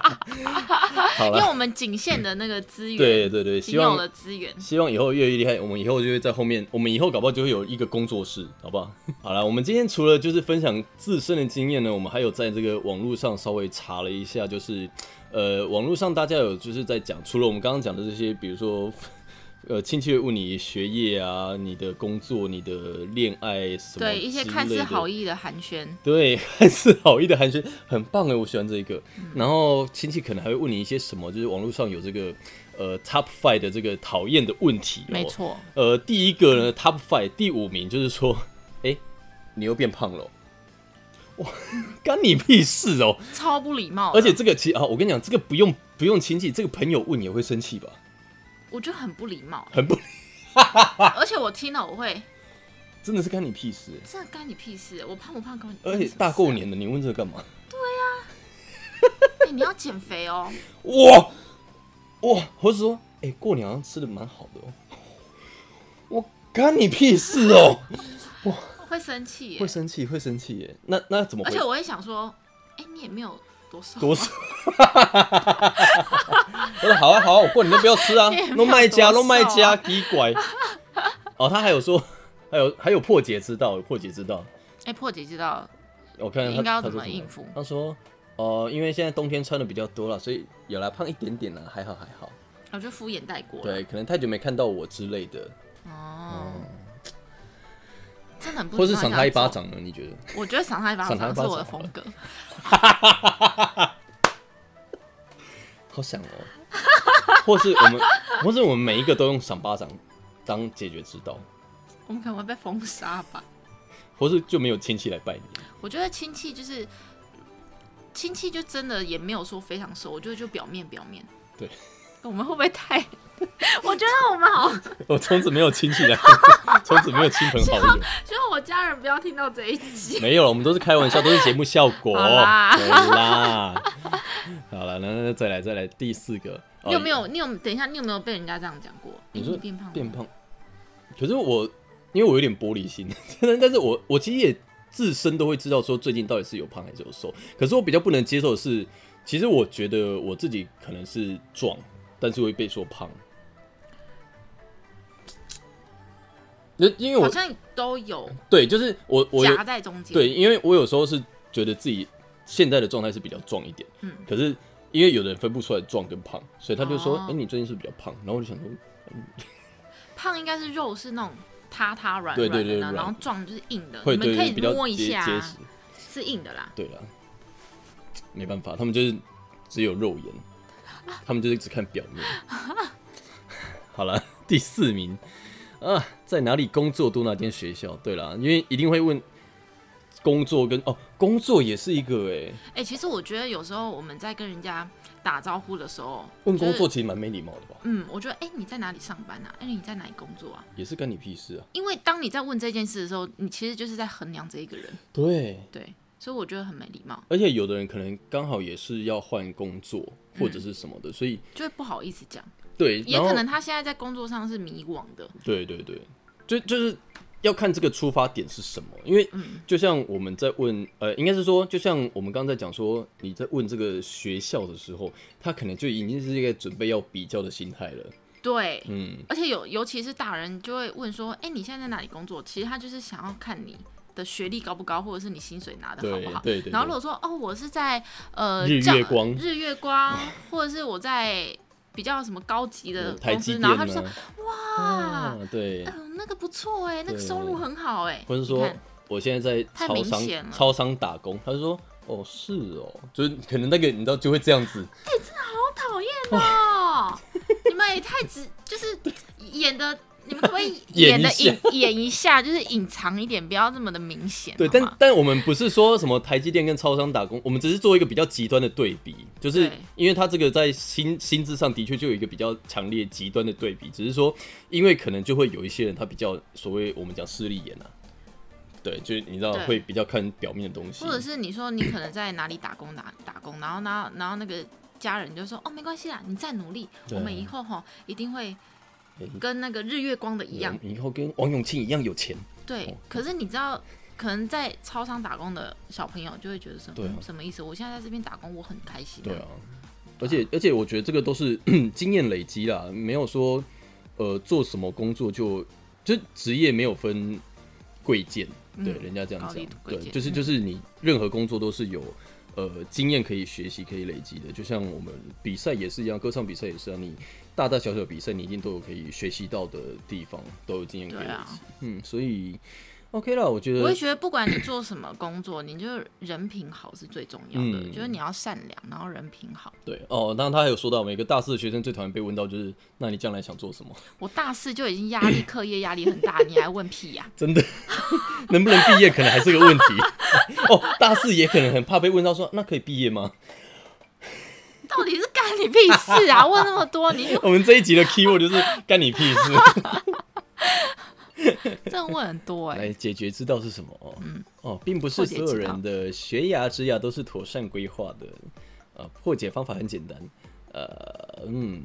[SPEAKER 2] 好
[SPEAKER 1] 因为
[SPEAKER 2] 了，
[SPEAKER 1] 我们仅限的那个资源，
[SPEAKER 2] 对对对，
[SPEAKER 1] 仅
[SPEAKER 2] 希
[SPEAKER 1] 有
[SPEAKER 2] 望
[SPEAKER 1] 的资源，
[SPEAKER 2] 希望以后越厉害，我们以后就会在后面，我们以后搞不好就会有一个工作室，好不好？ (laughs) 好了，我们今天除了就是分享自身的经验呢，我们还有在这个网络上稍微查了一下，就是呃，网络上大家有就是在讲，除了我们刚刚讲的这些，比如说。 (laughs) 呃，亲戚会问你学业啊，你的工作、你的恋爱什么
[SPEAKER 1] 对一些
[SPEAKER 2] 之
[SPEAKER 1] 看
[SPEAKER 2] 类
[SPEAKER 1] 似
[SPEAKER 2] 的
[SPEAKER 1] 好意的寒暄，
[SPEAKER 2] 对， (laughs) 还是好意的寒暄，很棒哎，我喜欢这个。
[SPEAKER 1] 嗯
[SPEAKER 2] 然后亲戚可能还会问你一些什么，就是网络上有这个呃 top five 的这个讨厌的问题、
[SPEAKER 1] 没。错，
[SPEAKER 2] 呃，第一个呢，top five 第五名就是说，哎、你又变胖了、哦，哇，干你屁事哦！
[SPEAKER 1] 超不礼貌的。
[SPEAKER 2] 而且这个其啊，我跟你讲，这个不用不用亲戚，这个朋友问也会生气吧？，
[SPEAKER 1] 我觉得很不礼貌
[SPEAKER 2] 很不， (laughs) 啊
[SPEAKER 1] 而且我听了我会，
[SPEAKER 2] 真的是干你屁事欸。
[SPEAKER 1] 这干你屁事？我胖不胖关你？
[SPEAKER 2] 而且大过，年的，你问这个干嘛？
[SPEAKER 1] 哎，你要减肥哦。
[SPEAKER 2] 哇哇，我是说，哎、过年好像吃的蛮好的哦。我干你屁事哦！
[SPEAKER 1] 会生气耶
[SPEAKER 2] (laughs) 会，生气，会生气耶。那那怎么
[SPEAKER 1] 而
[SPEAKER 2] 回
[SPEAKER 1] 且？我会想说，哎、你也没有多啊少，
[SPEAKER 2] 多 (laughs) 少？我说好啊好啊，我过年就不要吃啊
[SPEAKER 1] (laughs) 你也没，有
[SPEAKER 2] 弄卖家
[SPEAKER 1] 多
[SPEAKER 2] 弄卖
[SPEAKER 1] 瘦
[SPEAKER 2] 家，
[SPEAKER 1] 啊
[SPEAKER 2] 低拐。哦，他还有说，还有还有破解之道，有破解之道。
[SPEAKER 1] 哎、破姐知道了，
[SPEAKER 2] 我看
[SPEAKER 1] 应该
[SPEAKER 2] 他
[SPEAKER 1] 要
[SPEAKER 2] 他
[SPEAKER 1] 怎
[SPEAKER 2] 说
[SPEAKER 1] 么
[SPEAKER 2] 什
[SPEAKER 1] 应付
[SPEAKER 2] 他说，哦、因为现在冬天穿的比较多了，所以有来胖一点点了，还好还好。
[SPEAKER 1] 我就敷衍带过了。
[SPEAKER 2] 对，可能太久没看到我之类的。
[SPEAKER 1] 哦，真的很不，
[SPEAKER 2] 或是赏他一巴。掌呢？你觉得？ (laughs)
[SPEAKER 1] 我觉得赏他一巴
[SPEAKER 2] 赏他
[SPEAKER 1] 掌
[SPEAKER 2] 一巴
[SPEAKER 1] 是
[SPEAKER 2] 掌
[SPEAKER 1] 我的风格，
[SPEAKER 2] 好想哦。 (laughs) 或是我们，或是我们每一个都用赏巴掌当解决之道，
[SPEAKER 1] 我们可能会被封杀吧。
[SPEAKER 2] 或是就没有亲戚来拜你。 (laughs)
[SPEAKER 1] 我觉得亲戚就是亲戚，就真的也没有说非常熟，我觉得就表面表面。
[SPEAKER 2] 对，
[SPEAKER 1] 我们会不会太？ (laughs) 我觉得我们好， (laughs)
[SPEAKER 2] 我从此没有亲戚来， (laughs) 从此没有亲朋
[SPEAKER 1] (laughs)
[SPEAKER 2] 好友。
[SPEAKER 1] 希望我家人不要听到这一集。
[SPEAKER 2] 没有了，我们都是开
[SPEAKER 1] (laughs)
[SPEAKER 2] 玩笑，都是节目效果。
[SPEAKER 1] 好啦
[SPEAKER 2] 对啦，好了，那那再来再来第四个，哦
[SPEAKER 1] 你有没？有？你有等一下，你有没有被人家这样讲过？
[SPEAKER 2] 你
[SPEAKER 1] 哎
[SPEAKER 2] 说
[SPEAKER 1] 你变胖了，
[SPEAKER 2] 变胖？可是我，因为我有点玻璃心， (laughs) 但是但是我我其实也自身都会知道说最近到底是有胖还是有瘦。可是我比较不能接受的是，其实我觉得我自己可能是壮，但是会被说胖。那因为
[SPEAKER 1] 好
[SPEAKER 2] 我
[SPEAKER 1] 像都有
[SPEAKER 2] 对，就是我我有
[SPEAKER 1] 夹在中间。
[SPEAKER 2] 对，因为我有时候是觉得自己现在的状态是比较壮一点，
[SPEAKER 1] 嗯
[SPEAKER 2] 可是因为有的人分不出来壮跟胖，所以他就说：“哎、
[SPEAKER 1] 哦
[SPEAKER 2] 你最近是不是比较胖。”然后我就想说，
[SPEAKER 1] 胖应该是肉是那种塌塌软
[SPEAKER 2] 对
[SPEAKER 1] 软的
[SPEAKER 2] 对对
[SPEAKER 1] 啦，
[SPEAKER 2] 软
[SPEAKER 1] 然后壮就是硬的，
[SPEAKER 2] 会
[SPEAKER 1] 你们
[SPEAKER 2] 对
[SPEAKER 1] 可
[SPEAKER 2] 对比
[SPEAKER 1] 以
[SPEAKER 2] 较
[SPEAKER 1] 摸一
[SPEAKER 2] 结
[SPEAKER 1] 下
[SPEAKER 2] 结
[SPEAKER 1] 啊
[SPEAKER 2] 实，，
[SPEAKER 1] 是硬的啦。
[SPEAKER 2] 对了，没办法，他们就是只有肉眼，他们就是只看表
[SPEAKER 1] (laughs)
[SPEAKER 2] 面。好了，第四名啊，在哪里工作读哪间学校？对了，因为一定会问工作跟哦，工作也是一个哎、
[SPEAKER 1] 哎、其实我觉得有时候我们在跟人家打招呼的时候，
[SPEAKER 2] 问工
[SPEAKER 1] 就是
[SPEAKER 2] 作其实蛮没礼貌的吧？
[SPEAKER 1] 嗯，我觉得哎、诶你在哪里上班啊？哎、你在哪里工作啊？
[SPEAKER 2] 也是干你屁事啊！
[SPEAKER 1] 因为当你在问这件事的时候，你其实就是在衡量这一个人，
[SPEAKER 2] 对，
[SPEAKER 1] 对，所以我觉得很没礼貌，
[SPEAKER 2] 而且有的人可能刚好也是要换工作或者是什么的，所以
[SPEAKER 1] 就会不好意思讲。
[SPEAKER 2] 对，
[SPEAKER 1] 嗯也
[SPEAKER 2] 然后
[SPEAKER 1] 可能他现在在工作上是迷惘的，
[SPEAKER 2] 对对对，就就是要看这个出发点是什么，因为
[SPEAKER 1] 嗯
[SPEAKER 2] 就像我们在问，呃，应该是说，就像我们刚才讲说，你在问这个学校的时候，他可能就已经是一个准备要比较的心态了，
[SPEAKER 1] 对。
[SPEAKER 2] 嗯，
[SPEAKER 1] 而且有，尤其是大人就会问说：“哎、你现在在哪里工作？”其实他就是想要看你的学历高不高，或者是你薪水拿的好不好。
[SPEAKER 2] 对对对对
[SPEAKER 1] 然后如果说：“哦，我是在呃
[SPEAKER 2] 日
[SPEAKER 1] 教
[SPEAKER 2] 月光
[SPEAKER 1] 日月光，或者是我在比较什么高级的
[SPEAKER 2] 嗯台
[SPEAKER 1] 公
[SPEAKER 2] 积
[SPEAKER 1] 司，
[SPEAKER 2] 电
[SPEAKER 1] 然后他就说
[SPEAKER 2] 呢，：“
[SPEAKER 1] 哇，
[SPEAKER 2] 啊，对，
[SPEAKER 1] 嗯、那个不错哎、那个收入很好哎、
[SPEAKER 2] 或是
[SPEAKER 1] 你
[SPEAKER 2] 说
[SPEAKER 1] 看
[SPEAKER 2] 我现在在
[SPEAKER 1] 太
[SPEAKER 2] 超
[SPEAKER 1] 明显
[SPEAKER 2] 商
[SPEAKER 1] 了
[SPEAKER 2] 超商打工，他就说。哦，是哦，就是可能那个你知道就会这样子，
[SPEAKER 1] 好讨厌哦， (laughs) 你们也太直，就是演的。你们可不可以演
[SPEAKER 2] 演一
[SPEAKER 1] 的
[SPEAKER 2] 下
[SPEAKER 1] 隐演一下，就是隐藏一点，不要这么的明显。
[SPEAKER 2] 对，
[SPEAKER 1] 好
[SPEAKER 2] 但
[SPEAKER 1] 吗
[SPEAKER 2] 但我们不是说什么台积电跟超商打工，我们只是做一个比较极端的对比，就是
[SPEAKER 1] 对
[SPEAKER 2] 因为它这个在薪薪资上的确就有一个比较强烈极端的对比，只是说因为可能就会有一些人他比较所谓我们讲势利眼啊，对，就是你知道
[SPEAKER 1] 对
[SPEAKER 2] 会比较看表面的东西
[SPEAKER 1] 或，者是你说你可能在哪里打工打打工，然后然后然后那个家人就说哦没关系啦，你再努力，
[SPEAKER 2] 对啊
[SPEAKER 1] 我们以后哈一定会
[SPEAKER 2] 哎
[SPEAKER 1] 跟那个日月光的一样。
[SPEAKER 2] 以后跟王永庆一样有钱，
[SPEAKER 1] 对，可是你知道可能在超商打工的小朋友就会觉得什么、
[SPEAKER 2] 对啊
[SPEAKER 1] 嗯什么意思？我现在在这边打工，我很开心、
[SPEAKER 2] 对啊，，而且而且我觉得这个都是 (clears throat) 经验累积啦，没有说呃做什么工作就就职业没有分贵贱，对、
[SPEAKER 1] 嗯
[SPEAKER 2] 人家这样
[SPEAKER 1] 高
[SPEAKER 2] 讲
[SPEAKER 1] 低贵，
[SPEAKER 2] 对，
[SPEAKER 1] 贱
[SPEAKER 2] 就是
[SPEAKER 1] 嗯
[SPEAKER 2] 就是你任何工作都是有。呃，经验可以学习，可以累积的，就像我们比赛也是一样，歌唱比赛也是啊，你大大小小比赛，你一定都有可以学习到的地方，都有经验可以累
[SPEAKER 1] 对啊
[SPEAKER 2] 积。嗯，所以 OK 啦，我觉得
[SPEAKER 1] 我会觉得，不管你做什么工作，你就是人品好是最重要的，
[SPEAKER 2] 嗯
[SPEAKER 1] 就是你要善良，然后人品好。
[SPEAKER 2] 对哦，当然他还有说到，每个大四的学生最讨厌被问到就是，那你将来想做什么？
[SPEAKER 1] 我大四就已经压力，课业压力很大，你还问屁呀、 (laughs)
[SPEAKER 2] 真的， (laughs) 能不能毕业可能还是个问题。 (laughs) 哦，大四也可能很怕被问到说，那可以毕业吗？ (laughs)
[SPEAKER 1] 到底是干你屁事啊？问那么多，你就
[SPEAKER 2] 我们这一集的 keyword 就是干你屁事。 (laughs)
[SPEAKER 1] 真的问很多哎、
[SPEAKER 2] 来，解决之道是什么？哦，哦，并不是
[SPEAKER 1] 嗯破解
[SPEAKER 2] 所有
[SPEAKER 1] 之道
[SPEAKER 2] 人的学涯、职涯都是妥善规划的。呃，破解方法很简单。呃，嗯，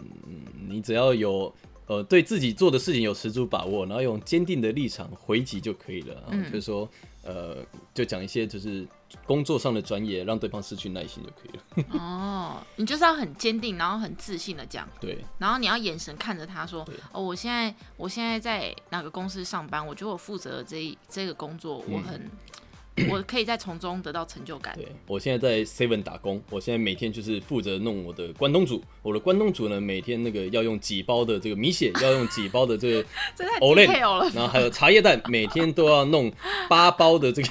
[SPEAKER 2] 你只要有呃对自己做的事情有十足把握，然后用坚定的立场回击就可以了。啊
[SPEAKER 1] 嗯
[SPEAKER 2] 就是说，呃，就讲一些就是工作上的专业，让对方失去耐心就可以了。
[SPEAKER 1] 哦，你就是要很坚定，然后很自信的讲，
[SPEAKER 2] 对，
[SPEAKER 1] 然后你要眼神看着他说
[SPEAKER 2] 对：“
[SPEAKER 1] 哦，我现在我现在在哪个公司上班？我觉得我负责的这一这个工作，我很、我可以在从中得到成就感。
[SPEAKER 2] 嗯对我现在在 Seven 打工，我现在每天就是负责弄我的关东煮。我的关东煮呢，每天那个要用几包的这个米血，要用几包的这
[SPEAKER 1] (laughs)
[SPEAKER 2] 个
[SPEAKER 1] 这太
[SPEAKER 2] Olay，
[SPEAKER 1] detail 了，
[SPEAKER 2] 然后还有茶叶蛋，每天都要弄八包的这个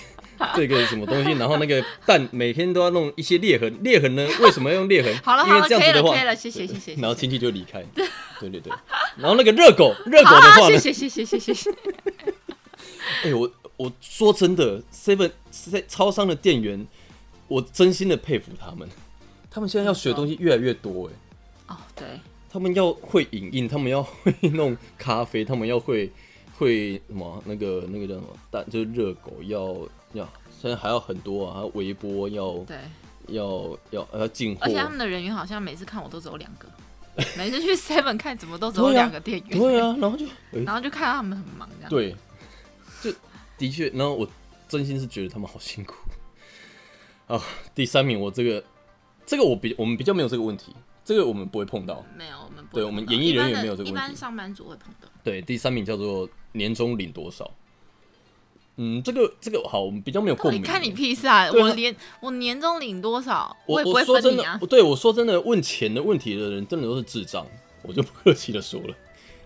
[SPEAKER 2] (laughs) 这个什么东西，然后那个蛋每天都要弄一些裂痕，裂痕呢为什么要用裂痕？
[SPEAKER 1] 好了
[SPEAKER 2] 因
[SPEAKER 1] 好
[SPEAKER 2] 为
[SPEAKER 1] 了，
[SPEAKER 2] 这
[SPEAKER 1] 可
[SPEAKER 2] 样
[SPEAKER 1] 以
[SPEAKER 2] 子
[SPEAKER 1] 了
[SPEAKER 2] 的话
[SPEAKER 1] 可以，了，谢谢谢谢。
[SPEAKER 2] 然
[SPEAKER 1] 谢
[SPEAKER 2] 后
[SPEAKER 1] 谢
[SPEAKER 2] 亲戚就离开。对对对，然后那个热狗，热狗
[SPEAKER 1] 好
[SPEAKER 2] 的
[SPEAKER 1] 好，啊
[SPEAKER 2] 话
[SPEAKER 1] 谢
[SPEAKER 2] 呢，
[SPEAKER 1] 谢谢谢谢谢谢谢。
[SPEAKER 2] 哎、我我说真的，Seven 在超商的店员，我真心的佩服他们，他们现在要学的东西越来越多哎、
[SPEAKER 1] 哦，对，
[SPEAKER 2] 他们要会影印，他们要会 (laughs) 弄咖啡，他们要会会什么啊那个那个叫什么蛋，就是热狗要要，现在还要很多啊，还要微波要
[SPEAKER 1] 对，
[SPEAKER 2] 要要要进货
[SPEAKER 1] 而，且他们的人员好像每次看我都只有两个，每次去 Seven 看怎么都只有
[SPEAKER 2] 对啊
[SPEAKER 1] 两个店员，
[SPEAKER 2] 对啊，然后就哎、
[SPEAKER 1] 然后就看到他们很忙 (laughs) 这样。
[SPEAKER 2] 对，就的确，然后我真心是觉得他们好辛苦啊。第三名，我这个这个我比我们比较没有这个问题，这个我们不会碰到。
[SPEAKER 1] 没有我们不
[SPEAKER 2] 对
[SPEAKER 1] 会
[SPEAKER 2] 我们
[SPEAKER 1] 碰到
[SPEAKER 2] 演艺
[SPEAKER 1] 一般
[SPEAKER 2] 人员
[SPEAKER 1] 的
[SPEAKER 2] 没有这个
[SPEAKER 1] 一
[SPEAKER 2] 问
[SPEAKER 1] 般
[SPEAKER 2] 题
[SPEAKER 1] 上班族会碰到。
[SPEAKER 2] 对，第三名叫做年终领多少。嗯，这个这个好，我们比较没有
[SPEAKER 1] 到
[SPEAKER 2] 共
[SPEAKER 1] 底
[SPEAKER 2] 鸣。
[SPEAKER 1] 看你屁事啊！
[SPEAKER 2] 对啊
[SPEAKER 1] 我连我年终领多少，
[SPEAKER 2] 我
[SPEAKER 1] 也不
[SPEAKER 2] 我
[SPEAKER 1] 会
[SPEAKER 2] 说
[SPEAKER 1] 分
[SPEAKER 2] 真
[SPEAKER 1] 你
[SPEAKER 2] 的
[SPEAKER 1] 啊，。
[SPEAKER 2] 我对我说真的，问钱的问题的人真的都是智障，我就不 (laughs) 客气的说了，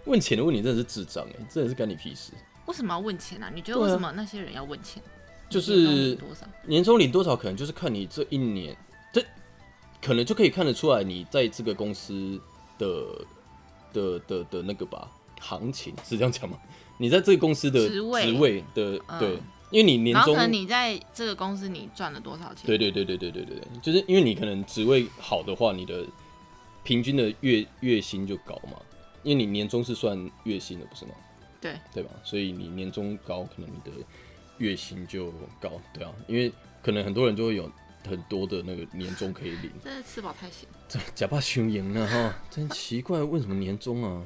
[SPEAKER 2] 问钱的问题真的是智障哎、真的是干你屁事。
[SPEAKER 1] 为什么要问钱啊？你觉得
[SPEAKER 2] 对啊
[SPEAKER 1] 为什么那些人要问钱？
[SPEAKER 2] 就
[SPEAKER 1] 年终领
[SPEAKER 2] 是
[SPEAKER 1] 多少？
[SPEAKER 2] 年终领多少，可能就是看你这一年，这可能就可以看得出来你在这个公司的的的的那个吧行情是这样讲吗？你在这个公司的
[SPEAKER 1] 职位
[SPEAKER 2] 的、
[SPEAKER 1] 嗯
[SPEAKER 2] 对，因为你年
[SPEAKER 1] 然后
[SPEAKER 2] 终
[SPEAKER 1] 可能你在这个公司你赚了多少钱？
[SPEAKER 2] 对对对对对对对对，就是因为你可能职位好的话，你的平均的月月薪就高嘛，因为你年终是算月薪的，不是吗？
[SPEAKER 1] 对
[SPEAKER 2] 对吧？所以你年终高，可能你的月薪就高，对啊，因为可能很多人就会有很多的那个年终可以领。
[SPEAKER 1] 真的吃饱太闲。
[SPEAKER 2] 这假扮雄赢了哈，真奇怪，为什么年终啊？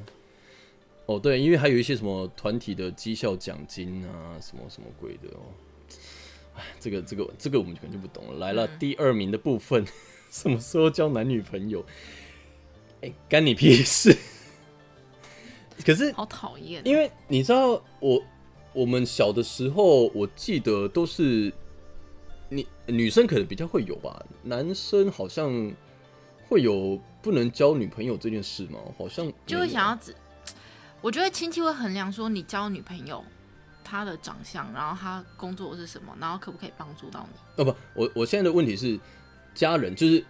[SPEAKER 2] 哦，对，因为还有一些什么团体的绩效奖金啊，什么什么鬼的哦。哎，这个这个这个我们可能就不懂了。来了、第二名的部分， (laughs) 什么时候交男女朋友？哎、干你屁事！ (laughs) 可是
[SPEAKER 1] 好讨厌。
[SPEAKER 2] 因为你知道我我们小的时候，我记得都是你女生可能比较会有吧，男生好像会有不能交女朋友这件事吗？好像没有
[SPEAKER 1] 就会想要只，我觉得亲戚会衡量说你交女朋友，她的长相，然后她工作是什么，然后可不可以帮助到你？
[SPEAKER 2] 哦不，我我现在的问题是家人，就是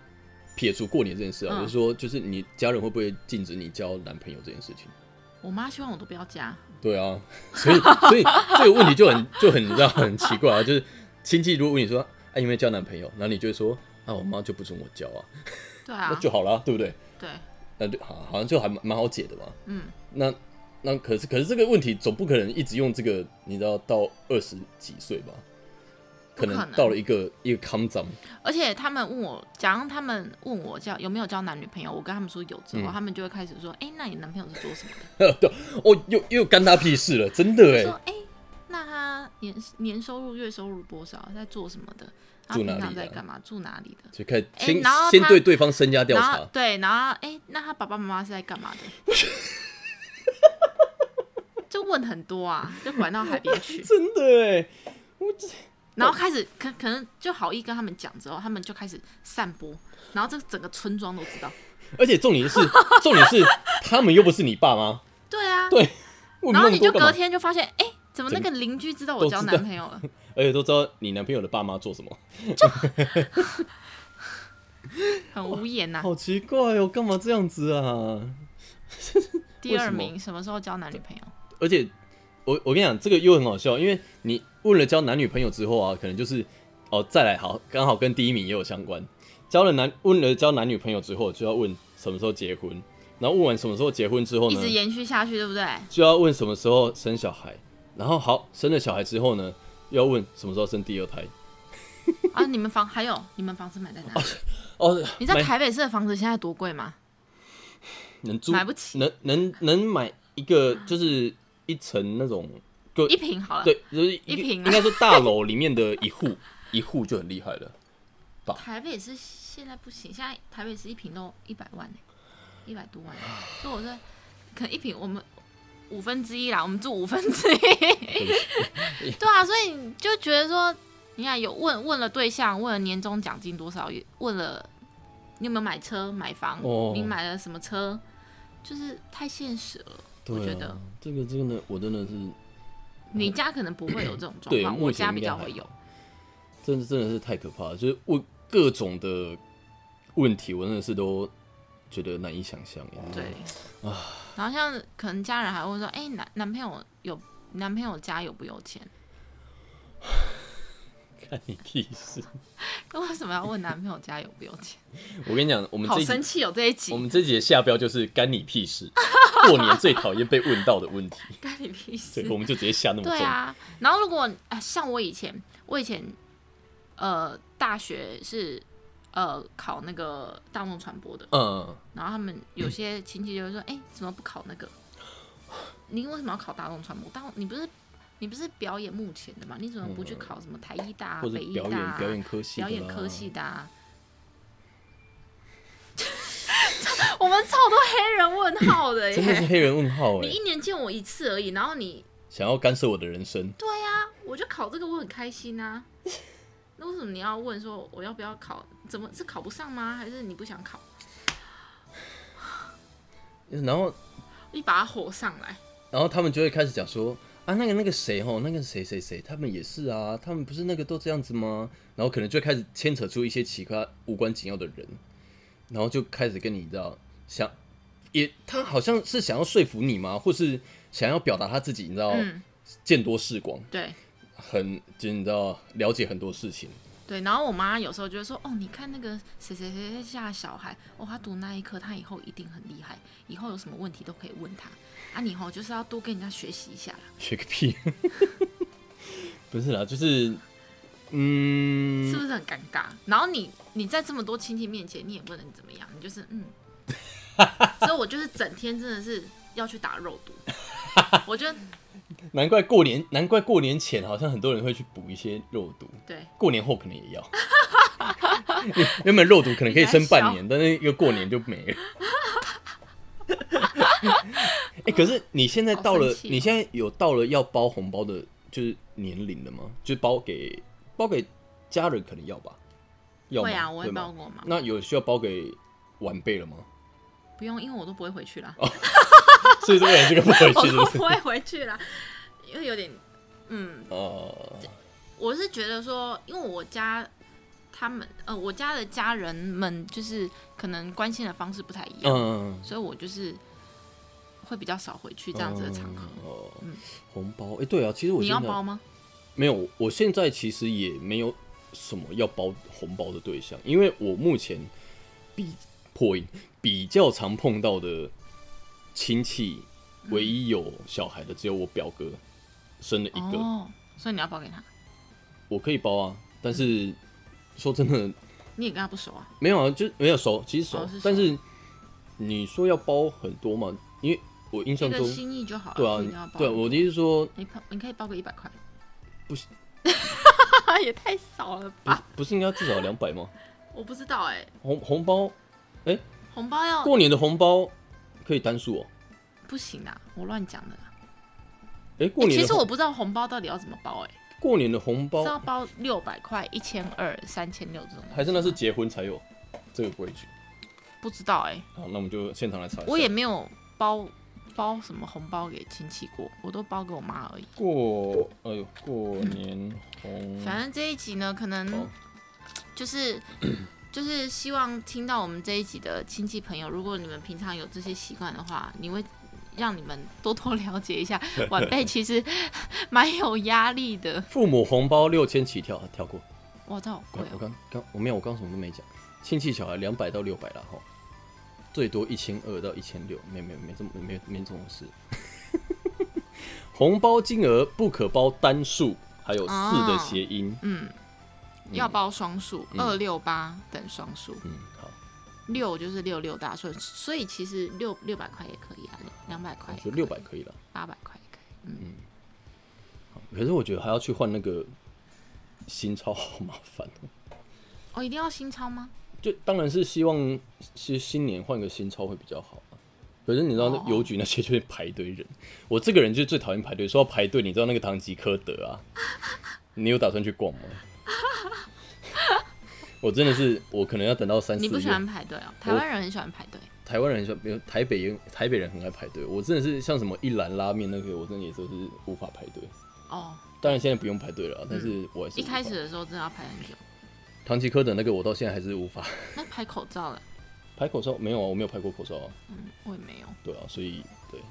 [SPEAKER 2] 撇除过年这件事啊，
[SPEAKER 1] 嗯
[SPEAKER 2] 我是说就是你家人会不会禁止你交男朋友这件事情？
[SPEAKER 1] 我妈希望我都不要嫁，
[SPEAKER 2] 对啊， (laughs) 所以所以这个问题就很就很你知道很奇怪啊，就是亲戚如果问你说哎、有没有交男朋友，然后你就会说啊我妈就不准我交啊。
[SPEAKER 1] 对啊
[SPEAKER 2] 那，就好了啊，对不对？
[SPEAKER 1] 对，
[SPEAKER 2] 那就好，好像就还蛮蛮好解的嘛。
[SPEAKER 1] 嗯，
[SPEAKER 2] 那那可是可是这个问题总不可能一直用这个，你知道到二十几岁吧？
[SPEAKER 1] 不可能
[SPEAKER 2] 能到了一个一个康 (laughs) 长，
[SPEAKER 1] 而且他们问我，假如他们问我交有没有交男女朋友，我跟他们说有之后，
[SPEAKER 2] 嗯
[SPEAKER 1] 他们就会开始说，哎、那你男朋友是做什么的？
[SPEAKER 2] 对哦，又又干他屁事了，真的
[SPEAKER 1] 我
[SPEAKER 2] 哎
[SPEAKER 1] 说，，哎、那他年年收入、月收入多少，在做什么的，他
[SPEAKER 2] 住哪
[SPEAKER 1] 平常
[SPEAKER 2] 里
[SPEAKER 1] 在
[SPEAKER 2] 的
[SPEAKER 1] 干嘛，住哪里的。
[SPEAKER 2] 就开始
[SPEAKER 1] 哎
[SPEAKER 2] 先、
[SPEAKER 1] 然后
[SPEAKER 2] 先
[SPEAKER 1] 他
[SPEAKER 2] 对对方身家调
[SPEAKER 1] 然后
[SPEAKER 2] 查，
[SPEAKER 1] 对，然后哎、那他爸爸妈妈是在干嘛的？ (laughs) 就问很多啊，就拐到海边
[SPEAKER 2] (laughs)
[SPEAKER 1] 去，
[SPEAKER 2] 真的哎，
[SPEAKER 1] 然后开始可可能就好意跟他们讲之后，他们就开始散播，然后这整个村庄都知道。
[SPEAKER 2] 而且重点是重点是他们又不是你爸妈，
[SPEAKER 1] 对啊，
[SPEAKER 2] 对，问
[SPEAKER 1] 然
[SPEAKER 2] 那
[SPEAKER 1] 后
[SPEAKER 2] 么
[SPEAKER 1] 你
[SPEAKER 2] 多
[SPEAKER 1] 就
[SPEAKER 2] 干嘛
[SPEAKER 1] 隔天就发现，哎、怎么那个邻居知道我
[SPEAKER 2] 都
[SPEAKER 1] 交
[SPEAKER 2] 知道
[SPEAKER 1] 男朋友了？
[SPEAKER 2] 而哎且都知道你男朋友的爸妈做什么，
[SPEAKER 1] 很无言呐、
[SPEAKER 2] 好奇怪哦，干嘛这样子啊？
[SPEAKER 1] 第二
[SPEAKER 2] 为什么
[SPEAKER 1] 名什么时候交男女朋友？
[SPEAKER 2] 而且我我跟你讲，这个又很好笑，因为你问了交男女朋友之后啊，可能就是哦再来好，刚好跟第一名也有相关。交了男问了交男女朋友之后，就要问什么时候结婚，然后问完什么时候结婚之后
[SPEAKER 1] 一
[SPEAKER 2] 呢，
[SPEAKER 1] 直延续下去，对不对？啊
[SPEAKER 2] 就要问什么时候生小孩，然后好生了小孩之后呢，又要问什么时候生第二胎。
[SPEAKER 1] 啊，你们房还有你们房子买在哪里？
[SPEAKER 2] 哦，
[SPEAKER 1] 你知道
[SPEAKER 2] 买
[SPEAKER 1] 台北市的房子现在多贵吗？
[SPEAKER 2] 能租
[SPEAKER 1] 买不起
[SPEAKER 2] 能能能买一个就是一层那种，就
[SPEAKER 1] 一平好了，
[SPEAKER 2] 对，就是
[SPEAKER 1] 一
[SPEAKER 2] 个
[SPEAKER 1] 平啊
[SPEAKER 2] 应该说大楼里面的一户一户就很厉害了。
[SPEAKER 1] 台北市现在不行，现在台北市一平都一百万呢、一百多万、所以我说，可能一平我们五分之一啦，我们住五分
[SPEAKER 2] (laughs)
[SPEAKER 1] 之一。对啊，所以你就觉得说，你看有问问了对象，问了年终奖金多少，也问了你有没有买车买房，
[SPEAKER 2] 哦
[SPEAKER 1] 你买了什么车，就是太现实了。
[SPEAKER 2] 对啊
[SPEAKER 1] 我觉得
[SPEAKER 2] 这个真的，我真的是，
[SPEAKER 1] 你家可能不会有这种状
[SPEAKER 2] 对
[SPEAKER 1] 况，
[SPEAKER 2] 目
[SPEAKER 1] 我
[SPEAKER 2] 前
[SPEAKER 1] 家比
[SPEAKER 2] 应该
[SPEAKER 1] 较
[SPEAKER 2] 还
[SPEAKER 1] 会有。
[SPEAKER 2] 真的真的是太可怕了。就是问各种的问题，我真的是都觉得难以想象。
[SPEAKER 1] 对，
[SPEAKER 2] 啊
[SPEAKER 1] 然后像可能家人还会说，哎、男男朋友有男朋友家有不有钱？ (laughs)
[SPEAKER 2] 看你屁事！
[SPEAKER 1] 那为什么要问男朋友家有不有钱？
[SPEAKER 2] (laughs) 我跟你讲，我们
[SPEAKER 1] 好
[SPEAKER 2] 这一集
[SPEAKER 1] 生气哦，这一集
[SPEAKER 2] 我们这集的下标就是干你
[SPEAKER 1] (laughs)
[SPEAKER 2] 屁事，过年最讨厌被问到的问题，
[SPEAKER 1] 干你屁事
[SPEAKER 2] 对，！我们就直接下那么重。
[SPEAKER 1] 对啊，然后如果啊，像我以前，我以前呃大学是呃考那个大众传播的，
[SPEAKER 2] 嗯，
[SPEAKER 1] 然后他们有些亲戚就会说，哎、怎么不考那个？ (gasps) 你为什么要考大众传播？大众你不是你不是表演幕前的吗？你怎么不去考什么台艺大、啊、
[SPEAKER 2] 嗯或者
[SPEAKER 1] 北艺
[SPEAKER 2] 表
[SPEAKER 1] 大、
[SPEAKER 2] 演
[SPEAKER 1] 啊、
[SPEAKER 2] 表演科系的
[SPEAKER 1] 表
[SPEAKER 2] 啦，
[SPEAKER 1] 演科系的、啊。 (laughs) 我们超多黑人问号的
[SPEAKER 2] (laughs) 真的是
[SPEAKER 1] 耶！
[SPEAKER 2] 黑人问号
[SPEAKER 1] (laughs) 你
[SPEAKER 2] 哎
[SPEAKER 1] 一，年见我一次而已，然后你
[SPEAKER 2] 想要干涉我的人生，
[SPEAKER 1] 对呀、我就考这个我很开心 (laughs) 啊。那为什么你要问说我要不要考？怎么是考不上吗？还是你不想考？
[SPEAKER 2] 然后
[SPEAKER 1] 一把火上来，
[SPEAKER 2] 然后他们就会开始讲说啊，那个那个谁吼，那个谁谁谁，他们也是啊，他们不是那个都这样子吗？然后可能就会开始牵扯出一些其他无关紧要的人，然后就开始跟你知道想，也他好像是想要说服你吗？或是想要表达他自己，你知道，
[SPEAKER 1] 嗯，
[SPEAKER 2] 见多识广，
[SPEAKER 1] 对
[SPEAKER 2] 很就是你知道了解很多事情，
[SPEAKER 1] 对。然后我妈有时候就会说，哦，你看那个谁谁谁谁家的小孩，哦，他读那一科，他以后一定很厉害，以后有什么问题都可以问他。啊，你以后就是要多跟人家学习一下啦。
[SPEAKER 2] 学个屁， (laughs) 不是啦，就是嗯
[SPEAKER 1] 是不是很尴尬？然后你你在这么多亲戚面前，你也不能怎么样，你就是
[SPEAKER 2] (laughs)
[SPEAKER 1] 嗯。所以我就是整天真的是要去打肉
[SPEAKER 2] (laughs)
[SPEAKER 1] 毒，我觉得
[SPEAKER 2] 难怪过年，难怪过年前好像很多人会去补一些肉毒，
[SPEAKER 1] 对
[SPEAKER 2] 过年后可能也要。 (laughs) 原本肉毒可能可以生半年，但是一个过年就没
[SPEAKER 1] (laughs)
[SPEAKER 2] 了。哎、可是你现在到
[SPEAKER 1] 好
[SPEAKER 2] 了，
[SPEAKER 1] 生气哦
[SPEAKER 2] 你现在有到了要包红包的，就是年龄了吗？就是包给包给家人，可能要吧？要吗
[SPEAKER 1] 会啊，我会
[SPEAKER 2] 吗
[SPEAKER 1] 包给我妈，
[SPEAKER 2] 那有需要包给晚辈了吗？
[SPEAKER 1] 不用，因为我都不会回去啦，
[SPEAKER 2] 所以这个人这个不哦
[SPEAKER 1] (laughs)
[SPEAKER 2] 回
[SPEAKER 1] 我
[SPEAKER 2] 去是
[SPEAKER 1] 都
[SPEAKER 2] 不是？
[SPEAKER 1] 不会回去啦，因为有点嗯，
[SPEAKER 2] 哦，
[SPEAKER 1] 我是觉得说，因为我家他们呃，我家的家人们就是可能关心的方式不太一样，
[SPEAKER 2] 嗯，
[SPEAKER 1] 所以我就是会比较少回去这样子的场合。
[SPEAKER 2] 哦
[SPEAKER 1] 嗯，
[SPEAKER 2] 红包，哎、对啊，其实我
[SPEAKER 1] 你要
[SPEAKER 2] 现在
[SPEAKER 1] 包吗？
[SPEAKER 2] 没有，我现在其实也没有什么要包红包的对象，因为我目前比破音比较常碰到的亲戚，唯一有小孩的只有我表哥生了一个，
[SPEAKER 1] 哦，所以你要包给他。
[SPEAKER 2] 我可以包啊，但是说真的，
[SPEAKER 1] 你也跟他不熟啊？
[SPEAKER 2] 没有啊，就没有熟，其实熟，
[SPEAKER 1] 哦是熟
[SPEAKER 2] 但是你说要包很多嘛，因为我印
[SPEAKER 1] 这
[SPEAKER 2] 象
[SPEAKER 1] 个
[SPEAKER 2] 中，
[SPEAKER 1] 心意就好了，
[SPEAKER 2] 对
[SPEAKER 1] 不一定要
[SPEAKER 2] 啊，
[SPEAKER 1] 包。
[SPEAKER 2] 对啊，我的意思是说，
[SPEAKER 1] 你包你可以包个一百块，
[SPEAKER 2] 不是
[SPEAKER 1] (laughs) 也太少了
[SPEAKER 2] 不
[SPEAKER 1] 吧？
[SPEAKER 2] 是不是应该至少两百吗？
[SPEAKER 1] 我不知道哎、
[SPEAKER 2] 红红包，哎、
[SPEAKER 1] 红包要
[SPEAKER 2] 过年的红包可以单数哦。
[SPEAKER 1] 不行啊，我乱讲的啦。
[SPEAKER 2] 哎、过
[SPEAKER 1] 欸
[SPEAKER 2] 年
[SPEAKER 1] 其
[SPEAKER 2] 的
[SPEAKER 1] 实
[SPEAKER 2] 红、
[SPEAKER 1] 我不知道红包到底要怎么包哎、
[SPEAKER 2] 过年的红
[SPEAKER 1] 是要
[SPEAKER 2] 包
[SPEAKER 1] 包六百块、一千二、三千六这种，
[SPEAKER 2] 还是那是结婚才有这个规矩。
[SPEAKER 1] 不知道哎、
[SPEAKER 2] 好，那我们就现场来查一下。
[SPEAKER 1] 我也没有包包什么红包给亲戚过，我都包给我妈而已。
[SPEAKER 2] 过，哎呦，过年红，
[SPEAKER 1] 反正这一集呢，可能
[SPEAKER 2] 好
[SPEAKER 1] 就是
[SPEAKER 2] (clears throat)
[SPEAKER 1] 就是希望听到我们这一集的亲戚朋友，如果你们平常有这些习惯的话，你会让你们多多了解一下
[SPEAKER 2] (laughs)
[SPEAKER 1] 晚辈其实 (laughs) 蛮有压力的。
[SPEAKER 2] 父母红包六千起跳，跳过。
[SPEAKER 1] 哇，这好贵哦！
[SPEAKER 2] 我刚刚我没有，我刚什么都没讲。亲戚小孩两百到六百啦，哈，最多一千二到一千六，没没没这么没没这种事。 (laughs) 红包金额不可包单数，还有四的谐音。
[SPEAKER 1] 嗯，要包双数，
[SPEAKER 2] 嗯
[SPEAKER 1] 二六八等双数，
[SPEAKER 2] 嗯，好，
[SPEAKER 1] 六就是六六大顺，所以其实六六百块也可以啊，两百块
[SPEAKER 2] 我、觉得六百可以了。
[SPEAKER 1] 八百块也可以。嗯，
[SPEAKER 2] 好可是我觉得还要去换那个新钞，好麻烦哦。
[SPEAKER 1] 哦，一定要新钞吗？
[SPEAKER 2] 就当然是希望是新年换个新钞会比较好、啊。可是你知道那
[SPEAKER 1] 哦
[SPEAKER 2] 邮局那些就是排队人，我这个人就是最讨厌排队。说到排队，你知道那个唐吉诃德啊，你有打算去
[SPEAKER 1] (laughs)
[SPEAKER 2] 逛吗？我真的是，我可能要等到三四
[SPEAKER 1] 你不喜
[SPEAKER 2] 月。
[SPEAKER 1] 欢排队哦？台湾人很喜欢排队。
[SPEAKER 2] 台湾人很喜欢，比如台北人，台北人很爱排队。我真的是像什么一兰拉面那个，我真的也都是无法排队。
[SPEAKER 1] 哦，
[SPEAKER 2] 当然现在不用排队了啊，但是我还是
[SPEAKER 1] 一
[SPEAKER 2] 无法
[SPEAKER 1] 开始的时候真的要排很久，
[SPEAKER 2] 唐吉诃德那个，我到现在还是无 (laughs) 法
[SPEAKER 1] 那排口罩了，
[SPEAKER 2] 排口罩。没有啊，我没有排过口罩啊。
[SPEAKER 1] 嗯，我也没有。
[SPEAKER 2] 对啊，所以对，
[SPEAKER 1] 哦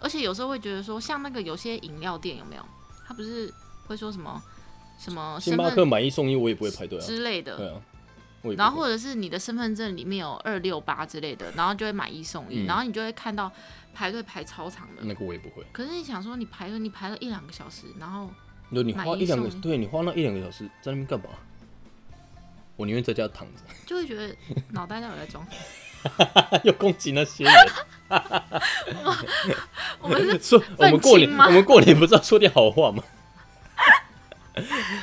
[SPEAKER 1] 而且有时候会觉得说，像那个有些饮料店有没有？他不是会说什么什么
[SPEAKER 2] 星
[SPEAKER 1] 身
[SPEAKER 2] 巴克
[SPEAKER 1] 份
[SPEAKER 2] 买一送一，我也不会排队啊。
[SPEAKER 1] 之类
[SPEAKER 2] 对
[SPEAKER 1] 的，
[SPEAKER 2] 啊，我也不会
[SPEAKER 1] 然后或者是你的身份证里面有二六八之类的，然后就会买一送一，
[SPEAKER 2] 嗯
[SPEAKER 1] 然后你就会看到排队排超长的。
[SPEAKER 2] 那个我也不会。
[SPEAKER 1] 可是你想说，你排队你排了一两个小时，然后
[SPEAKER 2] 就你花
[SPEAKER 1] 买一
[SPEAKER 2] 一两个
[SPEAKER 1] 送，一
[SPEAKER 2] 对你花那一两个小时在那边干嘛？我宁愿在家躺着，
[SPEAKER 1] 就会觉得脑袋到底在
[SPEAKER 2] (laughs)
[SPEAKER 1] 装什么？
[SPEAKER 2] 又攻击那些人。
[SPEAKER 1] 我们是
[SPEAKER 2] 说我们过年，
[SPEAKER 1] 愤青吗
[SPEAKER 2] 我们过年不是要说点好话
[SPEAKER 1] (laughs)
[SPEAKER 2] 吗？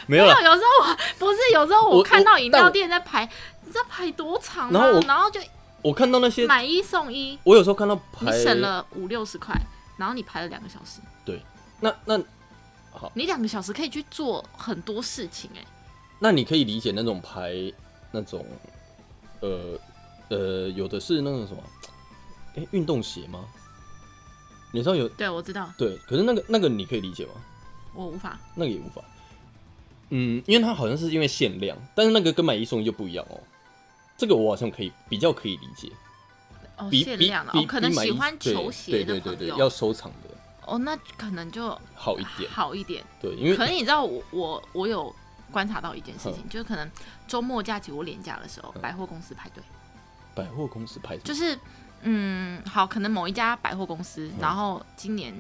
[SPEAKER 2] 没有啦，
[SPEAKER 1] 没有有时候我不是有时候
[SPEAKER 2] 我
[SPEAKER 1] 我看到
[SPEAKER 2] 我
[SPEAKER 1] 饮
[SPEAKER 2] 但
[SPEAKER 1] 料
[SPEAKER 2] 我
[SPEAKER 1] 店在排，你知道排多长吗？
[SPEAKER 2] 然后我
[SPEAKER 1] 然后就
[SPEAKER 2] 我看到那些，
[SPEAKER 1] 买一送一，
[SPEAKER 2] 我有时候看到排
[SPEAKER 1] 你，省了五六十块，然后你排了两个小时，
[SPEAKER 2] 那那
[SPEAKER 1] 你两个小时可以去做很多事情哎、
[SPEAKER 2] 那你可以理解那种排那种，呃呃，有的是那种什么，哎、运动鞋吗？你知道有
[SPEAKER 1] 对，我知道，
[SPEAKER 2] 对，可是那个那个你可以理解吗？
[SPEAKER 1] 我无法。
[SPEAKER 2] 那个也无法。嗯，因为它好像是因为限量，但是那个跟买一送一就不一样哦。这个我好像可以比较可以理解，
[SPEAKER 1] 哦，
[SPEAKER 2] 比
[SPEAKER 1] 限
[SPEAKER 2] 比
[SPEAKER 1] 量了，
[SPEAKER 2] 比
[SPEAKER 1] 哦，可能
[SPEAKER 2] 比买一
[SPEAKER 1] 喜欢
[SPEAKER 2] 对
[SPEAKER 1] 球鞋
[SPEAKER 2] 对
[SPEAKER 1] 的
[SPEAKER 2] 对
[SPEAKER 1] 朋
[SPEAKER 2] 对对，
[SPEAKER 1] 友，
[SPEAKER 2] 要收藏的
[SPEAKER 1] 哦，那可能就
[SPEAKER 2] 好一点，
[SPEAKER 1] 好一点。
[SPEAKER 2] 对，因
[SPEAKER 1] 啊可
[SPEAKER 2] 为
[SPEAKER 1] 能你知道我我我有观察到一件事情，
[SPEAKER 2] 嗯
[SPEAKER 1] 就是可能周末假期我连假的时候，
[SPEAKER 2] 嗯
[SPEAKER 1] 百货公司排队，
[SPEAKER 2] 百货公司排
[SPEAKER 1] 就
[SPEAKER 2] 就是
[SPEAKER 1] 嗯，好，可能某一家百货公司，然后今年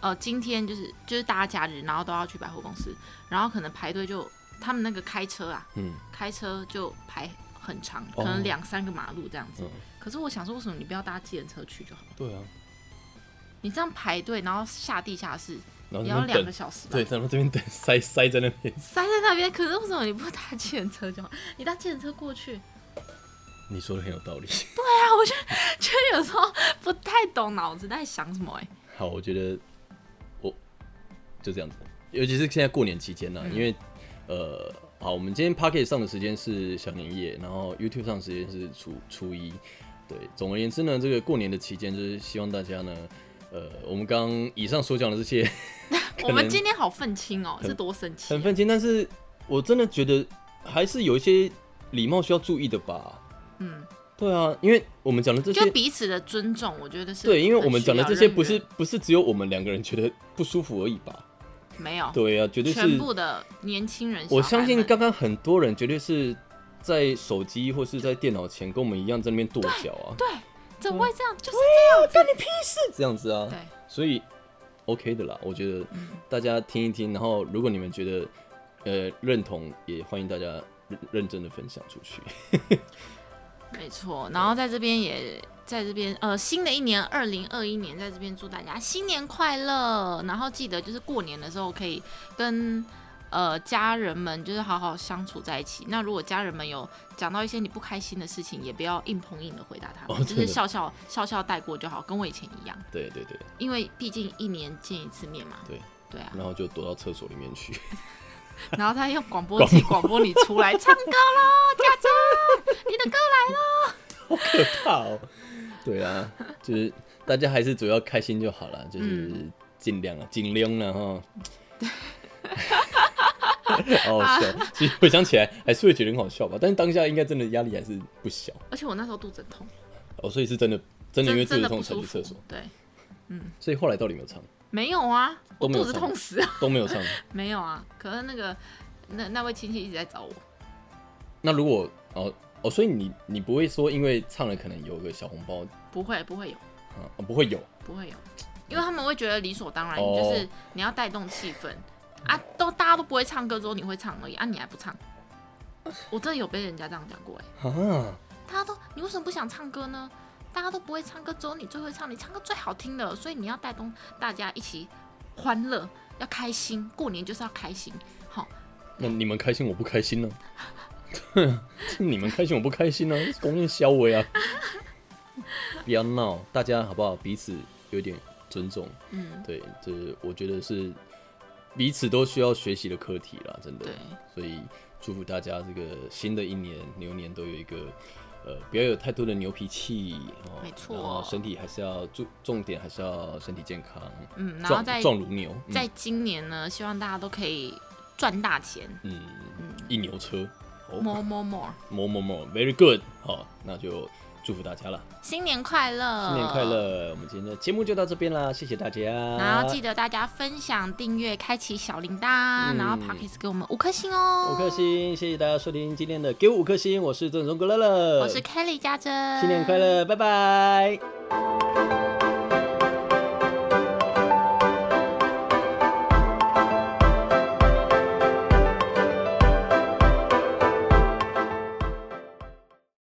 [SPEAKER 1] 呃今天就是就是大家假日，然后都要去百货公司，然后可能排队就他们那个开车啊，
[SPEAKER 2] 嗯，
[SPEAKER 1] 开车就排很长，可
[SPEAKER 2] 哦
[SPEAKER 1] 能两三个马路这样子。
[SPEAKER 2] 嗯
[SPEAKER 1] 可是我想说，为什么你不要搭计程车去就好了？
[SPEAKER 2] 对啊，
[SPEAKER 1] 你这样排队，然后下地下室
[SPEAKER 2] 然后
[SPEAKER 1] 也
[SPEAKER 2] 在
[SPEAKER 1] 要
[SPEAKER 2] 那
[SPEAKER 1] 两个
[SPEAKER 2] 边哦等，
[SPEAKER 1] 小时吧
[SPEAKER 2] 对，？然后这边等塞塞在那边，
[SPEAKER 1] 塞在那边，可是为什么你不搭计程车就好？你搭计程车过去？ (laughs)
[SPEAKER 2] 你说的很有道理。 (laughs)
[SPEAKER 1] 对啊，我就就有时候不太懂脑子在想什么哎、
[SPEAKER 2] 好，我觉得我就这样子，尤其是现在过年期间呢、啊
[SPEAKER 1] 嗯
[SPEAKER 2] 因为呃，好，我们今天 p o c k e t 上的时间是小年夜，然后 YouTube 上的时间是初初一，对。总而言之呢，这个过年的期间就是希望大家呢，呃，我们刚刚以上所讲的这些 (laughs)
[SPEAKER 1] 我们今天好愤青哦、是多生气
[SPEAKER 2] 很愤青，但是我真的觉得还是有一些礼貌需要注意的吧。
[SPEAKER 1] 嗯，
[SPEAKER 2] 对啊，因为我们讲的这些
[SPEAKER 1] 就彼此的尊重，我觉得是
[SPEAKER 2] 对，因为
[SPEAKER 1] 很
[SPEAKER 2] 我们
[SPEAKER 1] 需
[SPEAKER 2] 讲的
[SPEAKER 1] 要
[SPEAKER 2] 这些
[SPEAKER 1] 认
[SPEAKER 2] 不是
[SPEAKER 1] 真
[SPEAKER 2] 不是只有我们两个人觉得不舒服而已吧？
[SPEAKER 1] 没有，
[SPEAKER 2] 对啊，绝对是
[SPEAKER 1] 全部的年轻人，小
[SPEAKER 2] 我
[SPEAKER 1] 孩
[SPEAKER 2] 相信
[SPEAKER 1] 们
[SPEAKER 2] 刚刚很多人绝对是在手机或是在电脑前跟我们一样在那边跺脚啊，
[SPEAKER 1] 对，怎么会这样？就是
[SPEAKER 2] 是这样子啊
[SPEAKER 1] 对，嗯
[SPEAKER 2] 所以 OK 的啦，我觉得大家听一听，然后如果你们觉得呃认同，也欢迎大家认认真的分享出去。
[SPEAKER 1] 没错，然后在这边也在这边，呃，新的一年二零二一年，在这边祝大家新年快乐。然后记得就是过年的时候可以跟呃家人们就是好好相处在一起。那如果家人们有讲到一些你不开心的事情，也不要硬碰硬的回答他们，
[SPEAKER 2] 哦
[SPEAKER 1] 就
[SPEAKER 2] 真
[SPEAKER 1] 是
[SPEAKER 2] 的
[SPEAKER 1] 笑笑笑笑带过就好，跟我以前一样，
[SPEAKER 2] 对对对，
[SPEAKER 1] 因为毕竟一年见一次
[SPEAKER 2] (laughs)
[SPEAKER 1] 面嘛。
[SPEAKER 2] 对
[SPEAKER 1] 对啊，
[SPEAKER 2] 然后就躲到厕所里面去。
[SPEAKER 1] 然后他用广播
[SPEAKER 2] (laughs)
[SPEAKER 1] 器广播你出来唱歌喽，家长，你的歌来了。
[SPEAKER 2] 可怕哦。 (laughs) 对啊，就是大家还是主要开心就好了，就是尽量
[SPEAKER 1] 嗯
[SPEAKER 2] 啊，尽量
[SPEAKER 1] (laughs)
[SPEAKER 2] 了哈。好好笑，
[SPEAKER 1] 啊
[SPEAKER 2] 其实回想起来还是会觉得很好笑吧，但是当下应该真的压力还是不小
[SPEAKER 1] 而且我那时候肚子很痛，
[SPEAKER 2] 哦，所以是真的真的因为
[SPEAKER 1] 真真的
[SPEAKER 2] 肚子
[SPEAKER 1] 不
[SPEAKER 2] 痛才
[SPEAKER 1] 舒
[SPEAKER 2] 去
[SPEAKER 1] 服
[SPEAKER 2] 厕所，。
[SPEAKER 1] 对，
[SPEAKER 2] 所以后来到底有没有唱
[SPEAKER 1] 没有啊，我
[SPEAKER 2] 都没有
[SPEAKER 1] 肚子
[SPEAKER 2] 唱
[SPEAKER 1] 痛死啊，
[SPEAKER 2] 都没有唱。
[SPEAKER 1] (laughs) 没有啊。可是那个那那位亲戚一直在找我，
[SPEAKER 2] 那如果哦哦，所以你你不会说因为唱了可能有个小红包
[SPEAKER 1] 不会不会有。
[SPEAKER 2] 啊、哦不会有
[SPEAKER 1] 不会有，因为他们会觉得理所当然，
[SPEAKER 2] 哦
[SPEAKER 1] 就是你要带动气氛啊，都大家都不会唱歌之后你会唱而已啊，你还不唱，我真的有被人家这样讲过哎、
[SPEAKER 2] 啊？
[SPEAKER 1] 大家都你为什么不想唱歌呢？大家都不会唱歌，只有你最会唱，你唱歌最好听的，所以你要带动大家一起欢乐，要开心，过年就是要开心，好，
[SPEAKER 2] 那你们开心我不开心呢、是 (laughs) 你们开心我不开心呢、公认消委啊！不要闹，大家好不好？彼此有点尊重，
[SPEAKER 1] 嗯，
[SPEAKER 2] 对，这、我觉得是彼此都需要学习的课题啦，真的
[SPEAKER 1] 对。
[SPEAKER 2] 所以祝福大家这个新的一年牛年都有一个。呃，不要有太多的牛脾气哦，
[SPEAKER 1] 没错
[SPEAKER 2] 然后身体还是要注，重点还是要身体健康，
[SPEAKER 1] 嗯，然后
[SPEAKER 2] 壮
[SPEAKER 1] 在
[SPEAKER 2] 壮如牛，嗯
[SPEAKER 1] 在今年呢，希望大家都可以赚大钱
[SPEAKER 2] 嗯一牛车，哦
[SPEAKER 1] ，more more more，
[SPEAKER 2] 某某某，very good，好，那就祝福大家了，
[SPEAKER 1] 新年快乐，
[SPEAKER 2] 新年快乐！我们今天的节目就到这边啦，谢谢大家。
[SPEAKER 1] 然后记得大家分享、订阅、开启小铃铛，然后 p o c k e t 给我们五颗星哦。
[SPEAKER 2] 嗯五颗，星，谢谢大家收听今天的给我五颗星，我是郑中国乐乐，
[SPEAKER 1] 我是 Kelly 家珍，
[SPEAKER 2] 新年快乐，拜拜。